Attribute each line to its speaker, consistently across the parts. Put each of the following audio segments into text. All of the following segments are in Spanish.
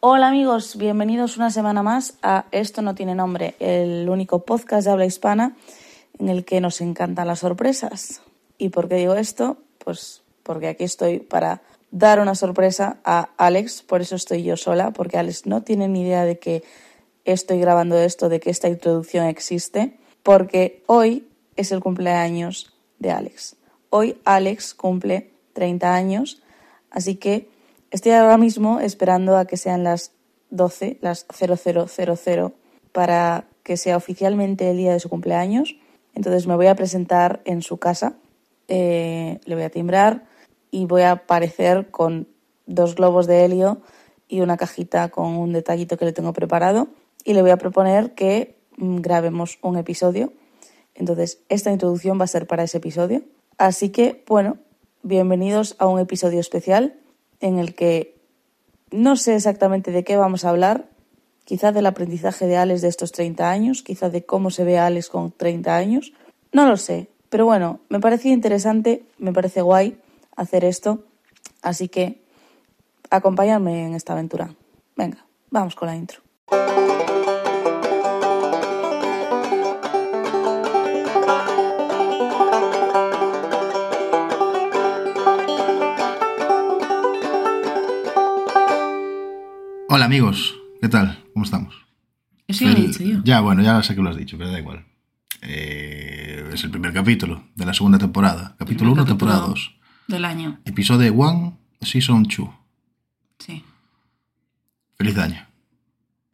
Speaker 1: Hola amigos, bienvenidos una semana más a Esto no tiene nombre, el único podcast de habla hispana en el que nos encantan las sorpresas. ¿Y por qué digo esto? Pues porque aquí estoy para dar una sorpresa a Alex, por eso estoy yo sola, porque Alex no tiene ni idea de que estoy grabando esto, de que esta introducción existe, porque hoy es el cumpleaños de Alex. Hoy Alex cumple 30 años, así que Estoy ahora mismo esperando a que sean las 12, las 0000, para que sea oficialmente el día de su cumpleaños. Entonces me voy a presentar en su casa, eh, le voy a timbrar y voy a aparecer con dos globos de helio y una cajita con un detallito que le tengo preparado y le voy a proponer que mm, grabemos un episodio. Entonces esta introducción va a ser para ese episodio. Así que bueno, bienvenidos a un episodio especial en el que no sé exactamente de qué vamos a hablar, quizás del aprendizaje de Alex de estos 30 años, quizás de cómo se ve a Alex con 30 años, no lo sé, pero bueno, me parece interesante, me parece guay hacer esto, así que acompañadme en esta aventura. Venga, vamos con la intro.
Speaker 2: Hola amigos, ¿qué tal? ¿Cómo estamos?
Speaker 3: Eso ya lo he dicho yo.
Speaker 2: Ya, bueno, ya sé que lo has dicho, pero da igual. Eh, es el primer capítulo de la segunda temporada. Capítulo 1,
Speaker 3: capítulo.
Speaker 2: temporada 2.
Speaker 3: Del año,
Speaker 2: Episodio 1, Season 2.
Speaker 3: sí.
Speaker 2: Feliz año.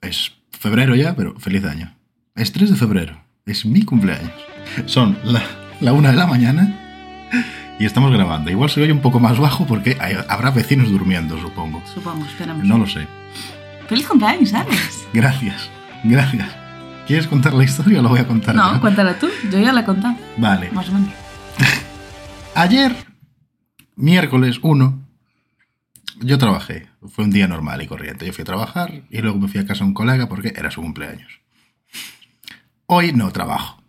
Speaker 2: Es febrero ya, pero feliz año. Es 3 de febrero. Es mi cumpleaños. Son la, la 1 de la mañana y estamos grabando. Igual se oye un poco más bajo porque hay- habrá vecinos durmiendo, supongo.
Speaker 3: Supongo, esperamos.
Speaker 2: No lo sé.
Speaker 3: ¡Feliz cumpleaños, Alex!
Speaker 2: Gracias, gracias. ¿Quieres contar la historia o la voy a contar?
Speaker 3: No,
Speaker 2: yo?
Speaker 3: cuéntala tú. Yo ya la he contado.
Speaker 2: Vale.
Speaker 3: Más o menos.
Speaker 2: Ayer, miércoles 1, yo trabajé. Fue un día normal y corriente. Yo fui a trabajar y luego me fui a casa a un colega porque era su cumpleaños. Hoy no trabajo.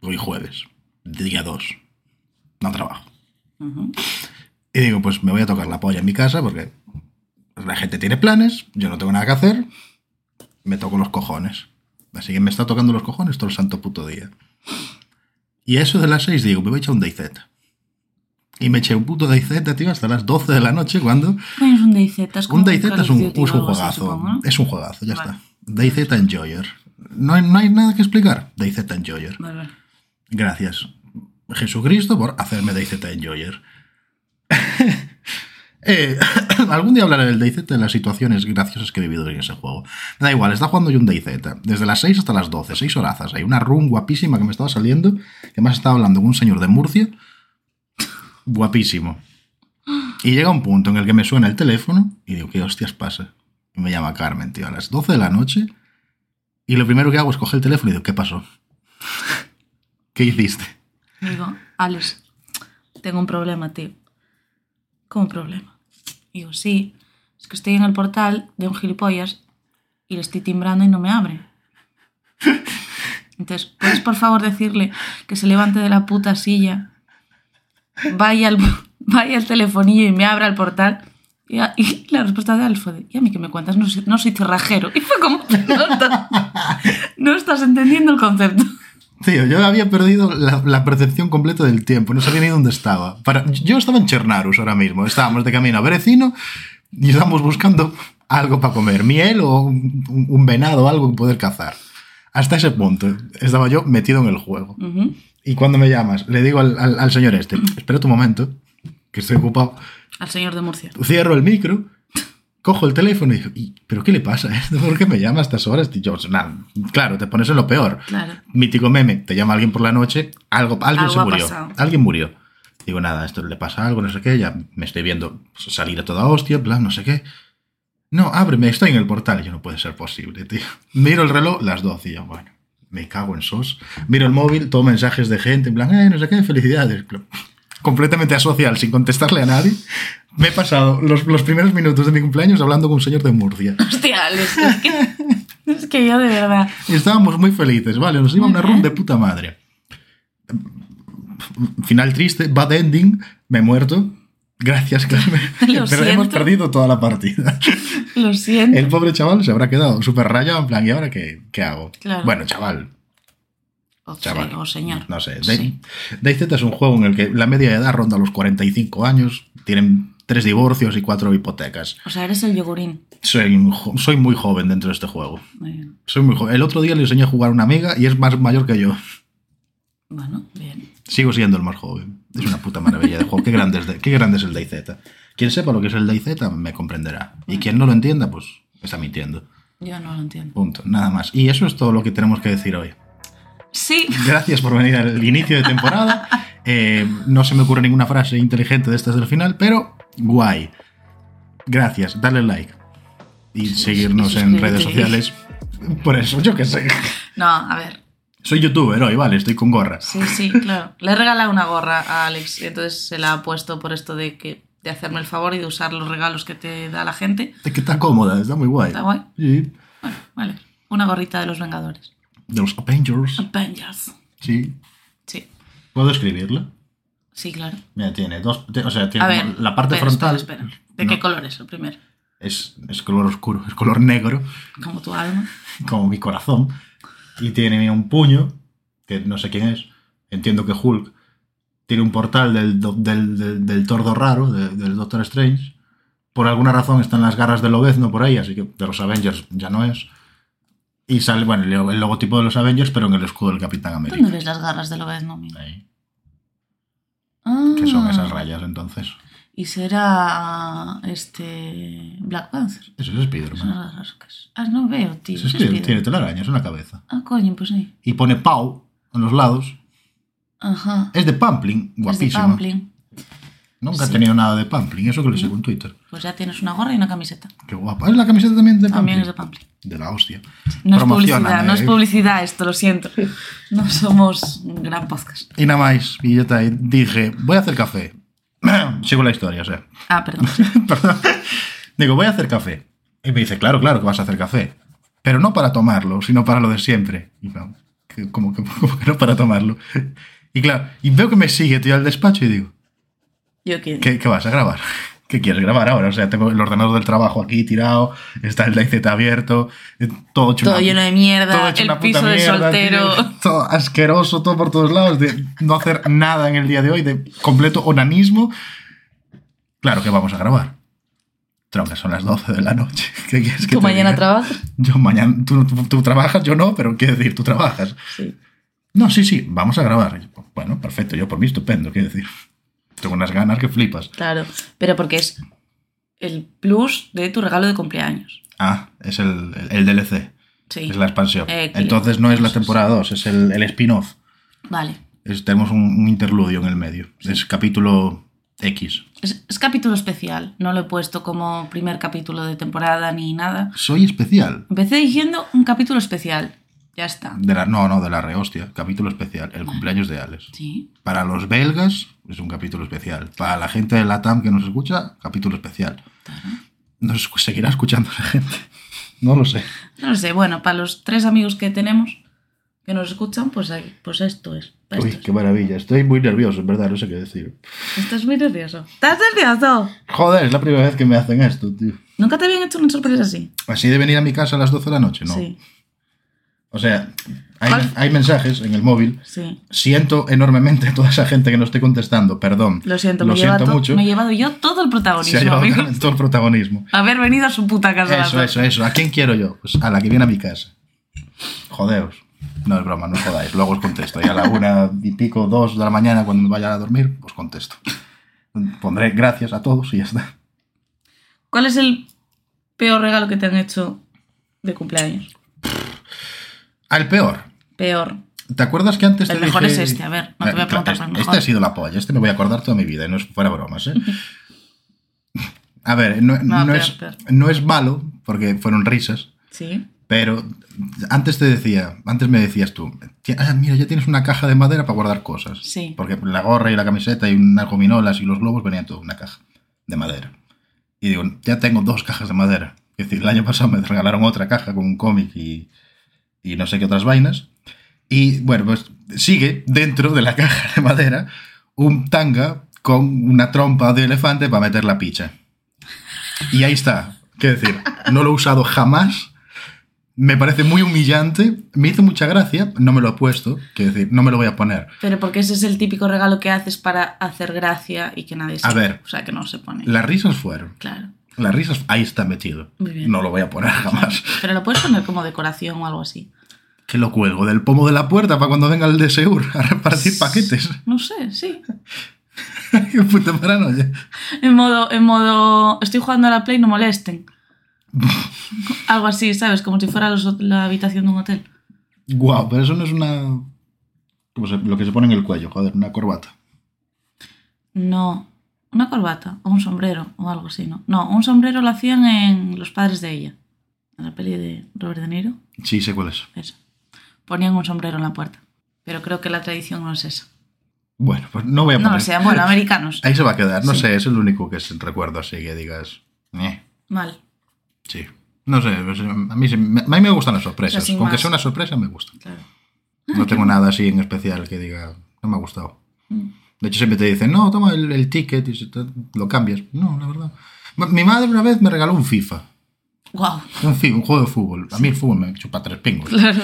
Speaker 2: Hoy jueves, día 2. No trabajo.
Speaker 3: Ujú.
Speaker 2: Y digo, pues me voy a tocar la polla en mi casa porque la gente tiene planes, yo no tengo nada que hacer, me toco los cojones. Así que me está tocando los cojones todo el santo puto día. Y a eso de las 6 digo, me voy a echar un DayZ. Y me eché un puto DayZ, tío, hasta las 12 de la noche cuando...
Speaker 3: Bueno, es Pues un DayZ. Es como
Speaker 2: Un DayZ
Speaker 3: Call of
Speaker 2: es un,
Speaker 3: Duty o
Speaker 2: es un
Speaker 3: algo así,
Speaker 2: juegazo.
Speaker 3: supongo, ¿no?
Speaker 2: Es un juegazo, ya
Speaker 3: Vale.
Speaker 2: está. DayZ Enjoyer. No hay, no hay nada que explicar. DayZ Enjoyer.
Speaker 3: Vale, vale.
Speaker 2: Gracias, Jesucristo, por hacerme DayZ Enjoyer. Eh, algún día hablaré del DayZ de las situaciones graciosas que he vivido en ese juego. Da igual, está jugando yo un DayZ. Desde las 6 hasta las 12, 6 horazas. Hay una run guapísima que me estaba saliendo, que más estaba hablando con un señor de Murcia. Guapísimo. Y llega un punto en el que me suena el teléfono y digo, ¿qué hostias pasa? Y me llama Carmen, tío, a las 12 de la noche. Y lo primero que hago es coger el teléfono y digo, ¿qué pasó? ¿Qué hiciste?
Speaker 3: Digo, Alex, tengo un problema, tío. ¿Cómo un problema? Digo, sí. Es que estoy en el portal de un gilipollas y le estoy timbrando y no me abre. Entonces, ¿puedes por favor decirle que se levante de la puta silla, vaya al, vaya al telefonillo y me abra el portal? Y, a- y la respuesta de Alex fue de, y a mí que me cuentas, no soy, no soy cerrajero. Y fue como, no estás, no estás entendiendo el concepto.
Speaker 2: Tío, yo había perdido la, la percepción completa del tiempo, no sabía ni dónde estaba. Para, yo estaba en Chernarus ahora mismo, estábamos de camino a Berecino y estábamos buscando algo para comer, miel o un, un venado, algo que poder cazar. Hasta ese punto estaba yo metido en el juego.
Speaker 3: Ujú.
Speaker 2: Y cuando me llamas, le digo al, al- al señor este, espera tu momento, que estoy ocupado,
Speaker 3: Al señor de Murcia.
Speaker 2: cierro el micro, cojo el teléfono y digo, "¿Y- ¿pero qué le pasa? a esto? ¿Por qué me llama a estas horas? Y yo, "Nah, claro, te pones en lo peor.
Speaker 3: Claro.
Speaker 2: mítico meme, te llama alguien por la noche, algo, alguien
Speaker 3: Algo
Speaker 2: se
Speaker 3: ha
Speaker 2: murió.
Speaker 3: pasado.
Speaker 2: Alguien murió. Digo, nada, esto le pasa algo, no sé qué, ya me estoy viendo salir a toda hostia, en plan, no sé qué. No, ábreme, estoy en el portal. Y Yo no puede ser posible, tío. Miro el reloj, las 12, y yo, bueno, me cago en sos. Miro el móvil, todo mensajes de gente, en plan, eh, no sé qué, felicidades. Completamente asocial, sin contestarle a nadie. Me he pasado los, los primeros minutos de mi cumpleaños hablando con un señor de Murcia.
Speaker 3: Hostia, Alex, es que, es que yo de verdad.
Speaker 2: Y estábamos muy felices, vale, nos iba
Speaker 3: Muy
Speaker 2: una
Speaker 3: bien.
Speaker 2: run de puta madre. Final triste, bad ending, me he muerto. Gracias, Carmen.
Speaker 3: Lo
Speaker 2: Pero hemos
Speaker 3: siento.
Speaker 2: perdido toda la partida.
Speaker 3: Lo siento.
Speaker 2: El pobre chaval se habrá quedado súper rayado, en plan, ¿y ahora qué, qué hago?
Speaker 3: Claro.
Speaker 2: Bueno, chaval,
Speaker 3: O,
Speaker 2: chaval.
Speaker 3: se- o oh, señor.
Speaker 2: No sé.
Speaker 3: Sí.
Speaker 2: DayZ es un juego en el que la media de edad ronda los 45 años, tienen tres divorcios y cuatro hipotecas.
Speaker 3: O sea, eres el yogurín.
Speaker 2: Soy, un jo- soy muy joven dentro de este juego.
Speaker 3: Muy bien.
Speaker 2: Soy muy joven. El otro día le enseñé a jugar a una amiga y es más mayor que yo.
Speaker 3: Bueno, bien.
Speaker 2: Sigo siendo el más joven. Es una puta maravilla de juego. Qué grande es, de- qué grande es el DayZ. Quien sepa lo que es el DayZ me comprenderá. Y quien no lo entienda, pues está mintiendo.
Speaker 3: Yo no lo entiendo.
Speaker 2: Punto. Nada más. Y eso es todo lo que tenemos que decir hoy.
Speaker 3: Sí.
Speaker 2: Gracias por venir al inicio de temporada. Eh, no se me ocurre ninguna frase inteligente de estas del final, pero guay. Gracias, dale like. Y seguirnos en
Speaker 3: suscríbete.
Speaker 2: redes sociales. Por eso, yo qué sé.
Speaker 3: No, a ver.
Speaker 2: Soy youtuber hoy, vale, estoy con gorra.
Speaker 3: Sí, sí, claro. Le he regalado una gorra a Alex y entonces se la ha puesto por esto de que de hacerme el favor y de usar los regalos que te da la gente.
Speaker 2: Es que está cómoda, está muy guay.
Speaker 3: Está guay.
Speaker 2: Sí.
Speaker 3: Bueno, vale. Una gorrita de los Vengadores.
Speaker 2: De los Avengers.
Speaker 3: Avengers.
Speaker 2: Sí.
Speaker 3: Sí,
Speaker 2: ¿Puedo escribirla?
Speaker 3: sí, claro.
Speaker 2: Mira, tiene dos. te- o sea, tiene
Speaker 3: A ver.
Speaker 2: como la parte
Speaker 3: espera,
Speaker 2: frontal.
Speaker 3: Espera, espera. ¿De
Speaker 2: No,
Speaker 3: qué color es el primero?
Speaker 2: es, es color oscuro, es color negro.
Speaker 3: Como tu alma.
Speaker 2: como mi corazón, y tiene un puño, que no sé quién es, entiendo que Hulk, tiene un portal del, do- del, del, del tordo raro, de- del Doctor Strange. Por alguna razón están las garras del Lobezno por ahí, así que de los Avengers ya no es. Y sale, bueno, el lo- el logotipo de los Avengers, pero en el escudo del Capitán
Speaker 3: ¿Dónde
Speaker 2: América.
Speaker 3: ves las garras de Lobezno, amigo?
Speaker 2: Ahí.
Speaker 3: Ah,
Speaker 2: ¿Qué son esas rayas entonces?
Speaker 3: Y será ah, este Black Panther.
Speaker 2: Eso es
Speaker 3: Son
Speaker 2: Spider-Man.
Speaker 3: las garras que es- Ah, no veo, tío.
Speaker 2: Es
Speaker 3: es
Speaker 2: Spider-
Speaker 3: Spider.
Speaker 2: tiene telarañas en la cabeza.
Speaker 3: Ah, coño, pues sí.
Speaker 2: Y pone Pau en los lados.
Speaker 3: Ajá.
Speaker 2: Es de Pamplin,
Speaker 3: Es de
Speaker 2: guapísimo.
Speaker 3: Pamplin.
Speaker 2: Nunca
Speaker 3: Sí.
Speaker 2: he tenido nada de Pamplin, eso que le sigo en Twitter.
Speaker 3: Pues ya tienes una gorra y una camiseta.
Speaker 2: Qué guapa. Es la camiseta también de
Speaker 3: También
Speaker 2: Pamplin.
Speaker 3: es de Pamplin.
Speaker 2: De la hostia. ¿eh?
Speaker 3: No es
Speaker 2: Promocioname.
Speaker 3: publicidad, no es publicidad esto, lo siento. No somos un gran podcast.
Speaker 2: Y nada más. Y yo te dije, voy a hacer café. Sigo la historia, o sea.
Speaker 3: Ah, perdón.
Speaker 2: Perdón. Digo, voy a hacer café. Y me dice, claro, claro que vas a hacer café. Pero no para tomarlo, sino para lo de siempre. Y yo, "¿Qué- ¿cómo, que- cómo que no para tomarlo? Y claro, y veo que me sigue, tío, al despacho y digo,
Speaker 3: Yo quiero.
Speaker 2: ¿qué, qué vas a grabar? ¿Qué quieres grabar ahora? O sea, tengo el ordenador del trabajo aquí tirado, está el DayZ abierto, eh, todo hecho
Speaker 3: Todo
Speaker 2: una-
Speaker 3: lleno de mierda,
Speaker 2: todo hecho
Speaker 3: el
Speaker 2: una puta
Speaker 3: piso de
Speaker 2: mierda,
Speaker 3: soltero.
Speaker 2: tío. todo asqueroso, todo por todos lados, de no hacer nada en el día de hoy, de completo onanismo. Claro que vamos a grabar. Tronca, son las 12 de la noche. ¿Qué quieres que
Speaker 3: ¿Tú
Speaker 2: te
Speaker 3: mañana
Speaker 2: diga?
Speaker 3: trabajas?
Speaker 2: Yo mañana, tú, tú- tú trabajas, yo no, pero quiero decir, tú trabajas.
Speaker 3: Sí.
Speaker 2: No, sí, sí, vamos a grabar. Y yo, Bueno, perfecto, yo por mí estupendo, quiero decir. Tengo unas ganas que flipas.
Speaker 3: Claro, pero porque es el plus de tu regalo de cumpleaños.
Speaker 2: Ah, es el, el- el DLC,
Speaker 3: Sí.
Speaker 2: es la expansión.
Speaker 3: Eh, que-
Speaker 2: Entonces no es la
Speaker 3: eso es.
Speaker 2: temporada 2, es el, el spin-off.
Speaker 3: Vale.
Speaker 2: Es- tenemos un, un interludio en el medio. Es capítulo X.
Speaker 3: Es, es capítulo especial. No lo he puesto como primer capítulo de temporada ni nada.
Speaker 2: Soy especial.
Speaker 3: Empecé diciendo un capítulo especial. Ya está.
Speaker 2: De la, no, no, de la rehostia. Capítulo especial. El cumpleaños de Alex.
Speaker 3: Sí.
Speaker 2: Para los belgas es un capítulo especial. Para la gente de Latam que nos escucha, capítulo especial. Nos escu- seguirá escuchando la gente. No lo sé.
Speaker 3: No lo sé. Bueno, para los tres amigos que tenemos que nos escuchan, pues, ahí- pues esto es. para
Speaker 2: Uy,
Speaker 3: esto es.
Speaker 2: qué maravilla. Estoy muy nervioso, en verdad. No sé qué decir.
Speaker 3: Estás muy nervioso. ¿Estás nervioso?
Speaker 2: Joder, es la primera vez que me hacen esto, tío.
Speaker 3: Nunca te habían hecho una sorpresa así.
Speaker 2: Así de venir a mi casa a las 12 de la noche, ¿no?
Speaker 3: Sí.
Speaker 2: O sea, hay,
Speaker 3: ¿Cuál?
Speaker 2: hay mensajes en el móvil
Speaker 3: Sí.
Speaker 2: Siento enormemente a toda esa gente que no esté contestando, perdón.
Speaker 3: Lo siento,
Speaker 2: lo
Speaker 3: me, lleva
Speaker 2: siento
Speaker 3: to-
Speaker 2: mucho.
Speaker 3: me he llevado yo todo
Speaker 2: Se
Speaker 3: el
Speaker 2: ha
Speaker 3: protagonismo,
Speaker 2: llevado
Speaker 3: amigos.
Speaker 2: todo el protagonismo.
Speaker 3: Haber venido a su puta casa. a las
Speaker 2: Eso,
Speaker 3: doce.
Speaker 2: eso, eh. eso. ¿A quién quiero yo? Pues a la que viene a mi casa. Jodeos. No es broma, no jodáis. Luego os contesto. Y a la una y pico, dos de la mañana, cuando me vaya a dormir, os contesto. Pondré gracias a todos y ya está.
Speaker 3: ¿Cuál es el peor regalo que te han hecho de cumpleaños?
Speaker 2: Al peor.
Speaker 3: Peor.
Speaker 2: ¿Te acuerdas que antes
Speaker 3: El
Speaker 2: te
Speaker 3: mejor
Speaker 2: dije-
Speaker 3: es este, a ver, no te voy a
Speaker 2: Claro,
Speaker 3: preguntar
Speaker 2: este,
Speaker 3: por el
Speaker 2: este
Speaker 3: mejor.
Speaker 2: ha sido la polla, este me voy a acordar toda mi vida, y no es fuera bromas, ¿eh? A ver, no,
Speaker 3: No,
Speaker 2: no
Speaker 3: peor,
Speaker 2: es,
Speaker 3: peor.
Speaker 2: no es malo, porque fueron risas,
Speaker 3: Sí.
Speaker 2: pero antes te decía, antes me decías tú, "Ti- ah, mira, ya tienes una caja de madera para guardar cosas.
Speaker 3: Sí.
Speaker 2: Porque la gorra y la camiseta y unas gominolas y los globos venían todo en una caja de madera. Y digo, ya tengo dos cajas de madera. Es decir, el año pasado me regalaron otra caja con un cómic y, y no sé qué otras vainas. Y bueno, pues sigue dentro de la caja de madera un tanga con una trompa de elefante para meter la picha. Y ahí está. Quiero decir, no lo he usado jamás. Me parece muy humillante. Me hizo mucha gracia. No me lo he puesto. Quiero decir, no me lo voy a poner.
Speaker 3: Pero porque ese es el típico regalo que haces para hacer gracia y que nadie se
Speaker 2: A ver.
Speaker 3: O sea, que no se pone.
Speaker 2: Las risas fueron.
Speaker 3: Claro.
Speaker 2: Las risas, ahí está metido.
Speaker 3: Muy bien.
Speaker 2: No lo voy a poner jamás.
Speaker 3: Pero lo puedes poner como decoración o algo así.
Speaker 2: Que lo cuelgo del pomo de la puerta para cuando venga el de Seur a repartir paquetes.
Speaker 3: No sé, sí.
Speaker 2: Qué puta paranoia.
Speaker 3: En modo, en modo, estoy jugando a la Play, no molesten. Algo así, ¿sabes? Como si fuera los hot- la habitación de un hotel.
Speaker 2: Guau, pero eso no es una. ¿Cómo se- lo que se pone en el cuello, joder, una corbata.
Speaker 3: No, una corbata o un sombrero o algo así, ¿no? No, un sombrero lo hacían en Los padres de ella, en la peli de Robert De Niro,
Speaker 2: Sí, sé cuál es.
Speaker 3: esa. Ponían un sombrero en la puerta, pero creo que la tradición no es esa.
Speaker 2: Bueno, pues no voy a
Speaker 3: No
Speaker 2: poner.
Speaker 3: lo sean, bueno, americanos.
Speaker 2: Ahí se va a quedar, no
Speaker 3: Sí.
Speaker 2: sé, es el único que se- recuerdo así que digas. "Eh".
Speaker 3: Mal.
Speaker 2: sí. No sé, pues, a mí, se- me- a mí me gustan las sorpresas.
Speaker 3: O sea, sin
Speaker 2: Aunque
Speaker 3: más.
Speaker 2: sea una sorpresa, me gusta.
Speaker 3: Claro.
Speaker 2: No tengo nada así en especial que diga, no me ha gustado.
Speaker 3: Mm.
Speaker 2: De hecho, siempre te dicen, no, toma el, el ticket y se te- lo cambias. No, la verdad. Ma- Mi madre una vez me regaló un FIFA.
Speaker 3: Wow,
Speaker 2: Un, fi- un juego de fútbol. A mí el fútbol me chupa tres pingos.
Speaker 3: claro.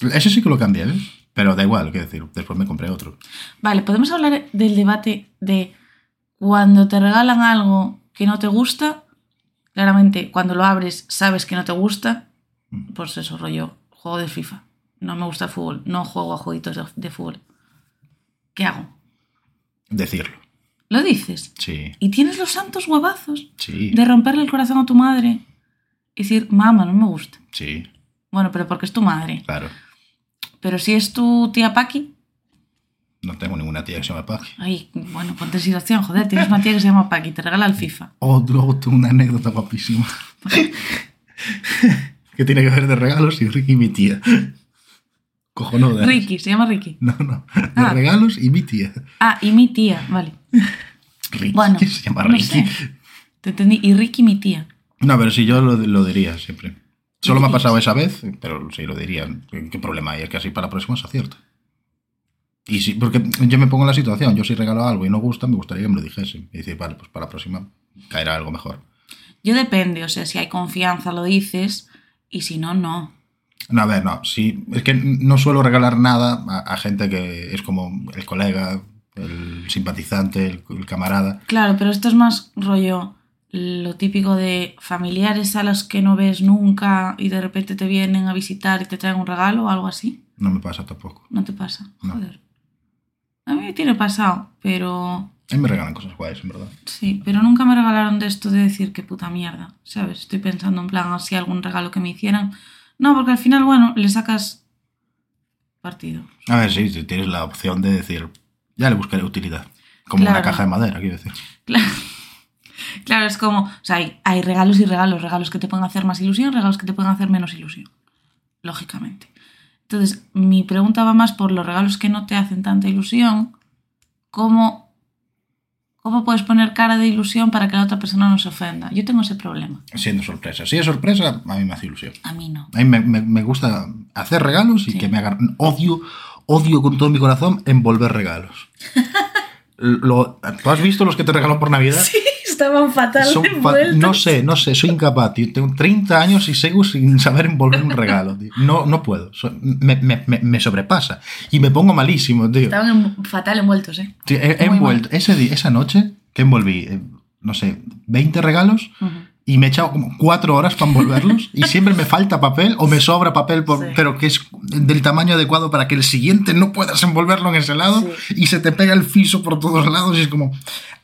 Speaker 2: Ese sí que lo cambié, ¿eh? Pero da igual, quiero decir, después me compré otro.
Speaker 3: Vale, podemos hablar del debate de cuando te regalan algo que no te gusta, claramente cuando lo abres sabes que no te gusta,
Speaker 2: Mm.
Speaker 3: pues eso rollo, juego de FIFA. No me gusta el fútbol, no juego a jueguitos de, de fútbol. ¿Qué hago?
Speaker 2: Decirlo.
Speaker 3: Lo dices.
Speaker 2: Sí,
Speaker 3: Y tienes los santos huevazos
Speaker 2: sí,
Speaker 3: de romperle el corazón a tu madre y decir, mamá, no me gusta.
Speaker 2: sí,
Speaker 3: Bueno, pero porque es tu madre.
Speaker 2: claro.
Speaker 3: Pero si es tu tía Paqui,
Speaker 2: No tengo ninguna tía que se llame Paqui.
Speaker 3: ay, bueno, ponte en situación, joder, tienes una tía que se llama Paqui, te regala el FIFA.
Speaker 2: Otro, otro, una anécdota guapísima. que tiene que ver de regalos y Ricky y mi tía. Cojonuda.
Speaker 3: Ricky, se llama Ricky.
Speaker 2: No, no. De
Speaker 3: Ah.
Speaker 2: regalos y mi tía.
Speaker 3: Ah, y mi tía, vale.
Speaker 2: Ricky.
Speaker 3: Bueno,
Speaker 2: ¿Qué se llama
Speaker 3: no
Speaker 2: Ricky?
Speaker 3: sé. Te entendí. Y Ricky, mi tía.
Speaker 2: No, pero sí, yo lo, lo diría siempre. Solo me ha
Speaker 3: Ricky.
Speaker 2: pasado esa vez, pero sí lo diría. ¿Qué problema hay? Es que así para la próxima se acierta. Y sí, porque yo me pongo en la situación. Yo si regalo algo y no gusta, me gustaría que me lo dijesen. Y decir, vale, pues para la próxima caerá algo mejor.
Speaker 3: Yo depende, o sea, si hay confianza lo dices y si no, no.
Speaker 2: No, a ver, no. Sí, es que no suelo regalar nada a, a gente que es como el colega, el simpatizante, el, el camarada.
Speaker 3: Claro, pero esto es más rollo lo típico de familiares a los que no ves nunca y de repente te vienen a visitar y te traen un regalo o algo así.
Speaker 2: No me pasa tampoco.
Speaker 3: No te pasa.
Speaker 2: No.
Speaker 3: Joder. A mí me tiene pasado, pero
Speaker 2: A mí me regalan cosas guays, en verdad.
Speaker 3: Sí, pero nunca me regalaron de esto de decir qué puta mierda, ¿sabes? Estoy pensando en plan así algún regalo que me hicieran. No, porque al final, bueno, le sacas partido.
Speaker 2: A ver, sí, sí, tienes la opción de decir, ya le buscaré utilidad. Como una
Speaker 3: Claro.
Speaker 2: caja de madera, quiero decir.
Speaker 3: Claro, claro es como, o sea, hay, hay regalos y regalos, regalos que te pueden hacer más ilusión, regalos que te pueden hacer menos ilusión, lógicamente. Entonces, mi pregunta va más por los regalos que no te hacen tanta ilusión, ¿cómo, cómo puedes poner cara de ilusión para que la otra persona no se ofenda? Yo tengo ese problema,
Speaker 2: Siendo sorpresa. Si es sorpresa, a mí me hace ilusión.
Speaker 3: a mí no.
Speaker 2: A mí me, me- me gusta hacer regalos y
Speaker 3: Sí.
Speaker 2: que me hagan. Odio, odio con todo mi corazón envolver regalos. Lo- ¿Tú has visto los que te regalan por Navidad?
Speaker 3: Estaban fatal
Speaker 2: Son fa- no sé, no sé, soy incapaz, tío. Tengo 30 años y sigo sin saber envolver un regalo, tío. No, no puedo. So- me, me- me- me sobrepasa. Y me pongo malísimo, tío.
Speaker 3: Estaban en- fatal envueltos, ¿eh?
Speaker 2: Sí, he- he
Speaker 3: Muy
Speaker 2: envuelto, ese día- esa noche que envolví, eh, no sé, 20 regalos y me he echado como 4 horas para envolverlos y siempre me falta papel o me sobra papel, por-
Speaker 3: Sí.
Speaker 2: pero que es del tamaño adecuado para que el siguiente no puedas envolverlo en ese lado y se te pega el fiso por todos lados y es como,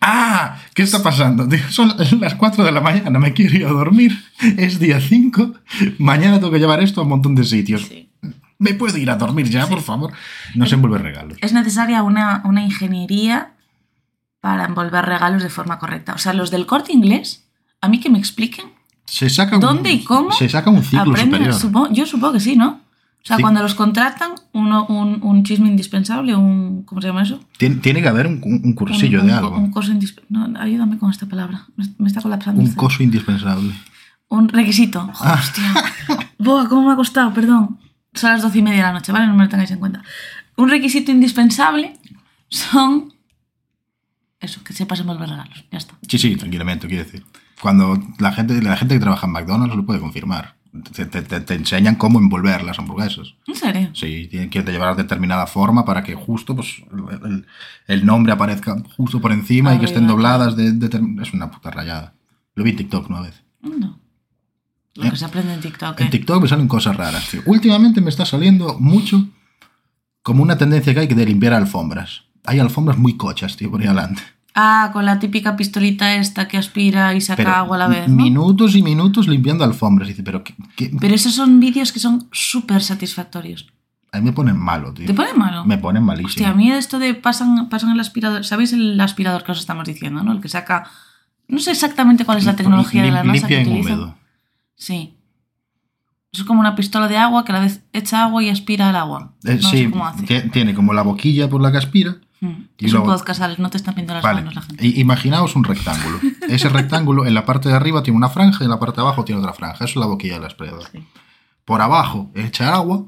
Speaker 2: ¡ah! ¿Qué está pasando? Tío, Son las 4 de la mañana, me quiero ir a dormir, es día 5, mañana tengo que llevar esto a un montón de sitios.
Speaker 3: Sí.
Speaker 2: ¿Me puedo ir a dormir ya, por favor? No se envuelve regalos.
Speaker 3: Es necesaria una, una ingeniería para envolver regalos de forma correcta. O sea, los del corte inglés, a mí que me expliquen
Speaker 2: Se saca un-
Speaker 3: dónde y cómo
Speaker 2: Se saca un ciclo superior.
Speaker 3: aprenden. Supo- yo supongo que sí, ¿no? O sea,
Speaker 2: Sí.
Speaker 3: cuando los contratan, uno, un, un chisme indispensable, un. ¿Cómo se llama eso?
Speaker 2: Tiene, tiene que haber un, un- un cursillo
Speaker 3: Un-
Speaker 2: de
Speaker 3: un-
Speaker 2: algo.
Speaker 3: Un coso indispensable. ayúdame con esta palabra. Me, me está colapsando.
Speaker 2: Un
Speaker 3: el
Speaker 2: coso indispensable.
Speaker 3: Un requisito.
Speaker 2: Ah.
Speaker 3: Joder, Hostia. Buah, ¿cómo me ha costado? Perdón. Son las doce y media de la noche, ¿vale? No me lo tengáis en cuenta. Un requisito indispensable son Eso, que sepas envolver regalos. Ya está.
Speaker 2: Sí, sí, tranquilamente, quiero decir. Cuando la gente, la gente que trabaja en McDonald's lo puede confirmar. Te, te- te- te enseñan cómo envolver las hamburguesas.
Speaker 3: ¿En serio?
Speaker 2: Sí, tienen que llevar determinada forma para que justo pues, el- el, el nombre aparezca justo por encima y que estén
Speaker 3: Arriba,
Speaker 2: dobladas. De, determin- es una puta rayada. Lo vi en TikTok una vez.
Speaker 3: No. Lo
Speaker 2: Eh,
Speaker 3: que se aprende en TikTok.
Speaker 2: En
Speaker 3: ¿eh?
Speaker 2: TikTok me salen cosas raras. tío. Últimamente me está saliendo mucho como una tendencia que hay que de limpiar alfombras. Hay alfombras muy cochas, tío, por ahí adelante.
Speaker 3: Ah, con la típica pistolita esta que aspira y saca
Speaker 2: Pero
Speaker 3: agua a la vez. ¿no?
Speaker 2: Minutos y minutos limpiando alfombras. Dice, pero ¿qué, qué-
Speaker 3: Pero esos son vídeos que son súper satisfactorios.
Speaker 2: A mí me ponen malo, tío.
Speaker 3: ¿Te pone malo?
Speaker 2: Me ponen malísimo.
Speaker 3: Hostia, a mí esto de pasan, pasan el aspirador. ¿Sabéis el aspirador que os estamos diciendo, no? El que saca. No sé exactamente cuál es la tecnología de la
Speaker 2: Lim-
Speaker 3: NASA
Speaker 2: Limpia
Speaker 3: que
Speaker 2: en
Speaker 3: utilizan.
Speaker 2: húmedo.
Speaker 3: Sí. Es como una pistola de agua que a la vez echa agua y aspira al agua.
Speaker 2: Eh,
Speaker 3: no
Speaker 2: sí,
Speaker 3: sé cómo hace.
Speaker 2: tie- tiene como la boquilla por la que aspira.
Speaker 3: Mm.
Speaker 2: y
Speaker 3: Es
Speaker 2: luego-
Speaker 3: un podcast, Alex, no te están viendo las
Speaker 2: Vale.
Speaker 3: manos la gente.
Speaker 2: I- Imaginaos un rectángulo. Ese rectángulo en la parte de arriba tiene una franja y en la parte de abajo tiene otra franja. Eso es la boquilla del aspirador.
Speaker 3: Sí.
Speaker 2: Por abajo echa agua.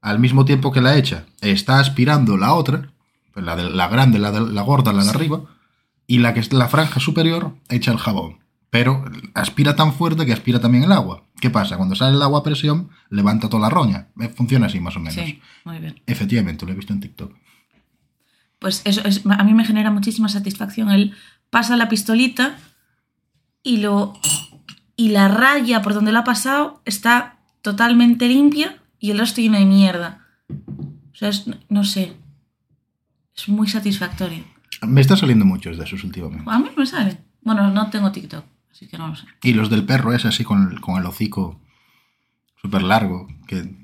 Speaker 2: Al mismo tiempo que la echa, está aspirando la otra, la, de- la grande, la, de- la gorda, la de arriba, y la que es la franja superior echa el jabón. Pero aspira tan fuerte que aspira también el agua. ¿Qué pasa? Cuando sale el agua a presión, levanta toda la roña. Eh, Funciona así más o menos.
Speaker 3: Sí, muy bien.
Speaker 2: Efectivamente, lo he visto en TikTok.
Speaker 3: Pues eso es- a mí me genera muchísima satisfacción. Él pasa la pistolita y lo y la raya por donde la ha pasado está totalmente limpia y el resto lleno de mierda. O sea, es- no sé. Es muy satisfactorio.
Speaker 2: Me está saliendo muchos de esos últimamente.
Speaker 3: A mí me sale. Bueno, no tengo TikTok, así que no lo sé.
Speaker 2: Y los del perro ese así con, el- con el hocico súper largo, que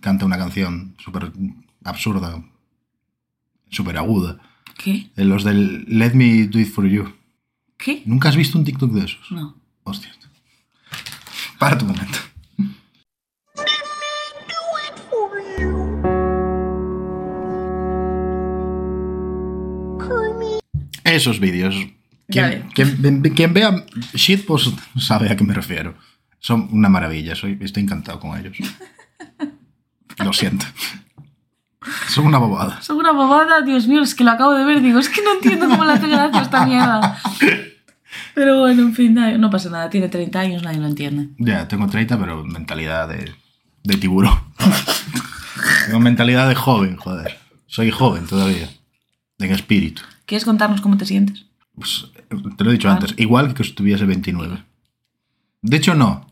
Speaker 2: canta una canción súper absurda, súper aguda.
Speaker 3: ¿Qué?
Speaker 2: Eh, Los del Let Me Do It For You.
Speaker 3: ¿Qué?
Speaker 2: ¿Nunca has visto un TikTok de esos?
Speaker 3: No.
Speaker 2: Hostia. Para tu momento. Esos vídeos. Quien,
Speaker 3: Vale.
Speaker 2: quien- quien vea shitpost sabe a qué me refiero. Son una maravilla. Soy, estoy encantado con ellos. Lo siento. Son una bobada.
Speaker 3: Son una bobada, Dios mío, es que lo acabo de ver, digo, es que no entiendo cómo le hace gracia esta mierda. Pero bueno, en fin, nada, no pasa nada, tiene 30 años, nadie lo entiende.
Speaker 2: Ya, tengo 30, pero mentalidad de, de tiburón. tengo mentalidad de joven, joder. Soy joven todavía. En espíritu.
Speaker 3: ¿Quieres contarnos cómo te sientes?
Speaker 2: Pues, te lo he dicho antes, igual que si tuviese 29. De hecho, no.